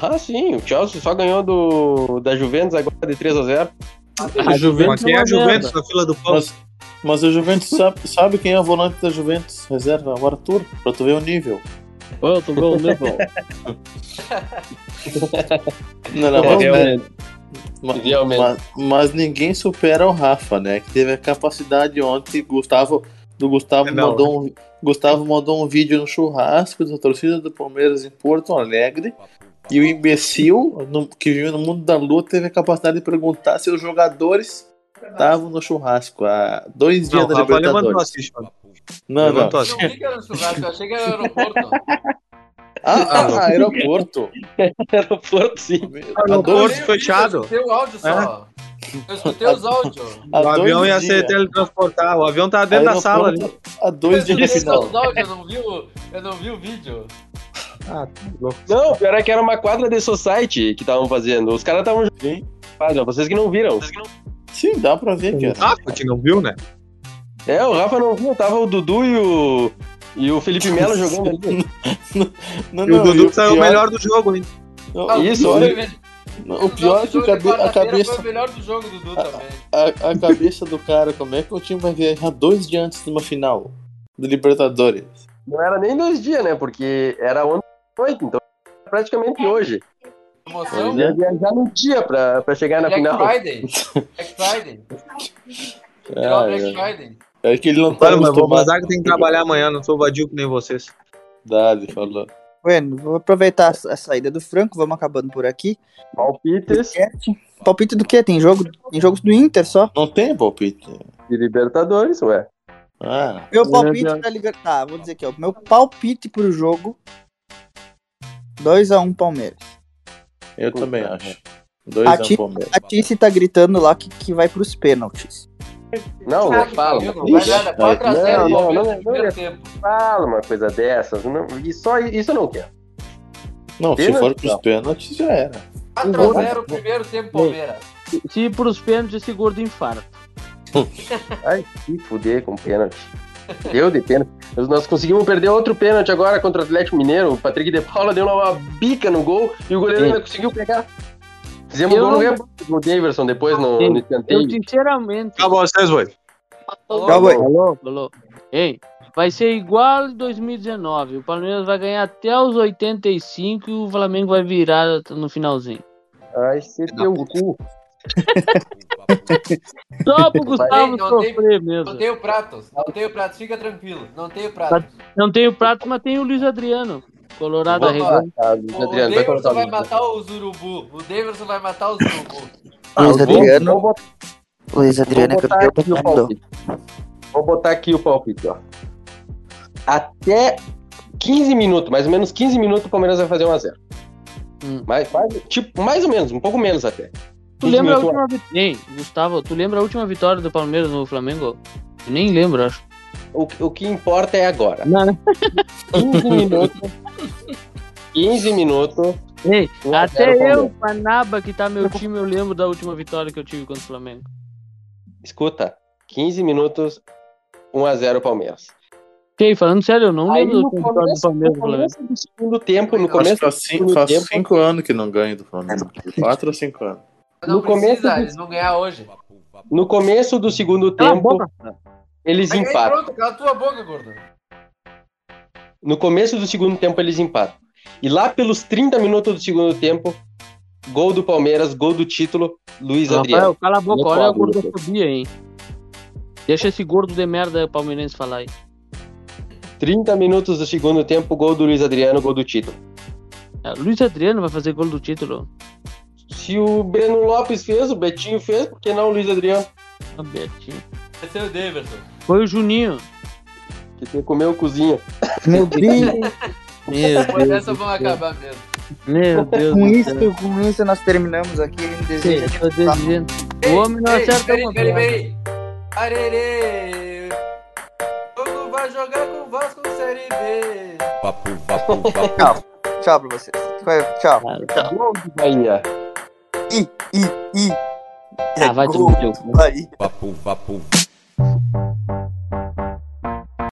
Ah, sim, o Chelsea só ganhou do, da Juventus agora de 3x0. A Juventus Mas quem é é a uma Juventus na fila do pão? Mas, mas o Juventus sabe, sabe quem é o volante da Juventus? Reserva, o Arthur, pra tu ver o nível. Ô, tu gol né, mesmo. Não, não, mas, Realmente. ma- realmente. ma- mas ninguém supera o Rafa, né? Que teve a capacidade ontem, Gustavo, do Gustavo É, não, mandou um, Gustavo mandou um vídeo no churrasco da torcida do Palmeiras em Porto Alegre. E o imbecil no- que vive no mundo da luta teve a capacidade de perguntar se os jogadores estavam no churrasco há dois Não, dias o da Rafa levantou a Libertadores. assiste, mano. Não, não. Levantou a Não vi que era no churrasco, eu achei que era no aeroporto. assim. Ah, ah, aeroporto. Aeroporto, sim. Há dois, Aeroporto fechado. Eu escutei o áudio só. Eu escutei os áudios. há O dois avião ia dias. se teletransportar. O avião tava dentro da Aeroporto sala ali. Há Eu dois dias de escutei só final. os áudios, eu não vi o, eu não vi o vídeo. Não, pior é que era uma quadra de society que estavam fazendo. Os caras estavam Sim. jogando. Vocês que não viram. Sim, dá pra ver, cara. Rafa, que não viu, né? É, o Rafa não viu. Tava o Dudu e o, e o Felipe Melo jogando ali. Não, E o não, Dudu e saiu o pior- melhor do jogo, hein? não, Ah, Isso, né? o olha. Dudu- O pior é que Dudu o de cabe- a, quarta-feira Foi cabeça, o melhor do jogo, Dudu, também. a, a cabeça do cara, como é que o time vai viajar dois dias antes de uma final do Libertadores? Não era nem dois dias, né? Porque era ontem à noite, então era praticamente hoje. Emoção. Eles iam viajar no dia pra, pra chegar é, na Black final. Friday. Black Friday. Virou Ah, Black é. Friday. Acho que ele não tá Olha, mas vou acostumado. vazar que tem que trabalhar amanhã, não sou vadio que nem vocês. Verdade, falou. Bueno, vou aproveitar a a saída do Franco, vamos acabando por aqui. Palpites Palpite do quê? Tem jogo, tem jogos do Inter só? Não tem palpite. de Libertadores, ué. Ah, Meu palpite pra libertar, vou dizer aqui, ó. Meu palpite pro jogo 2x1 Palmeiras. eu Puta, também né? acho. Dois A Ti- anos Palmeiras. a Tice tá gritando lá que, que vai pros pênaltis. Não, não fala. Não vai nada, 4x0 Não, não, Palmeiras não, no primeiro não. tempo. Fala uma coisa dessas. Não, e só isso eu não quero. Não, se Pênalti, for pros não. pênaltis, já era. 4x0 no primeiro tempo, Palmeiras. Se pros pênaltis, esse gordo infarto. Se fuder com pênalti. Deu de pênalti. Nós- Nós conseguimos perder outro pênalti agora contra o Atlético Mineiro. O Patrick de Paula deu uma bica no gol e o goleiro Sim. ainda conseguiu pegar. Fizemos Eu gol no não- rebote com o Daverson depois no, Sim. no Eu, escanteio. sinceramente, Tá bom, vocês, boi. Calma aí. falou, ei, vai ser igual em 2019. O Palmeiras vai ganhar até os 85 e o Flamengo vai virar no finalzinho. Ai, se deu o cu. Só pro Gustavo Não tem- sofrer Não mesmo. tenho pratos, não tenho pratos, fica tranquilo, não tenho Tá, pratos. Não tem o Prato, mas tem o Luiz Adriano. Colorado Vou falar. arregou. Ah, O Adriano, vai colocar Davidson o vai Luiz. matar os urubu, o Davidson vai matar os urubu. Luiz vou- Adriano. vou botar- Luiz Adriano é vou botar campeão aqui do o mundo. palpite. Vou botar aqui o palpite, ó. Até 15 minutos, mais ou menos 15 minutos, o Palmeiras vai fazer 1x0. Hum. Mais, mais- tipo, mais ou menos, um pouco menos até. Tu lembra a última vitória? Ei, Gustavo, tu lembra a última vitória do Palmeiras no Flamengo? Eu nem lembro, acho. O, o que importa é agora. Não. 15 minutos. 15 minutos. Ei, Um a até zero, eu, Palmeiras. Panaba, que tá meu time, eu lembro da última vitória que eu tive contra o Flamengo. Escuta, 15 minutos, 1x0 Palmeiras. Ei, falando sério, eu não Aí lembro da no última vitória Um então, começo, no do Palmeiras no Flamengo. começo do segundo tempo, no Acho começo que faz, do cinco, segundo faz assim. tempo, cinco anos que não ganho do Flamengo. Quatro ou cinco anos. Não No começo precisa, do- eles vão ganhar hoje. no começo do segundo Cala a tempo, eles Vai ganhar, empatam. pronto, cala a tua boca, gordo. No começo do segundo tempo, eles empatam. E lá pelos 30 minutos do segundo tempo, gol do Palmeiras, gol do título, Luiz Adriano. Rafael, cala a boca, Não olha a fala, Lucas. gordofobia, hein. Deixa esse gordo de merda palmeirense falar aí. 30 minutos do segundo tempo, gol do Luiz Adriano, gol do título. É, Luiz Adriano vai fazer gol do título. Se o Breno Lopes fez, o Betinho fez, por que não o Luiz Adriano? Ah, Betinho. Vai ser é o Davidson. Foi o Juninho. Que tem que comer o cozinha. Meu Deus, Meu Mas Deus, essa vão acabar mesmo. meu Deus. com do isso, céu. com isso nós terminamos aqui. A gente deseja Eu tô dizendo. O homem não Ei, acerta peraí, uma peraí, bola. peraí. Arerê. O Jogo vai jogar com o Vasco Série B. Tchau pra vocês. Tchau. Gol do Bahia. Ih, ih, ih. Ah, vai Gol, Ah, É tomar teu cu. Bahia. Papo, papo, papo.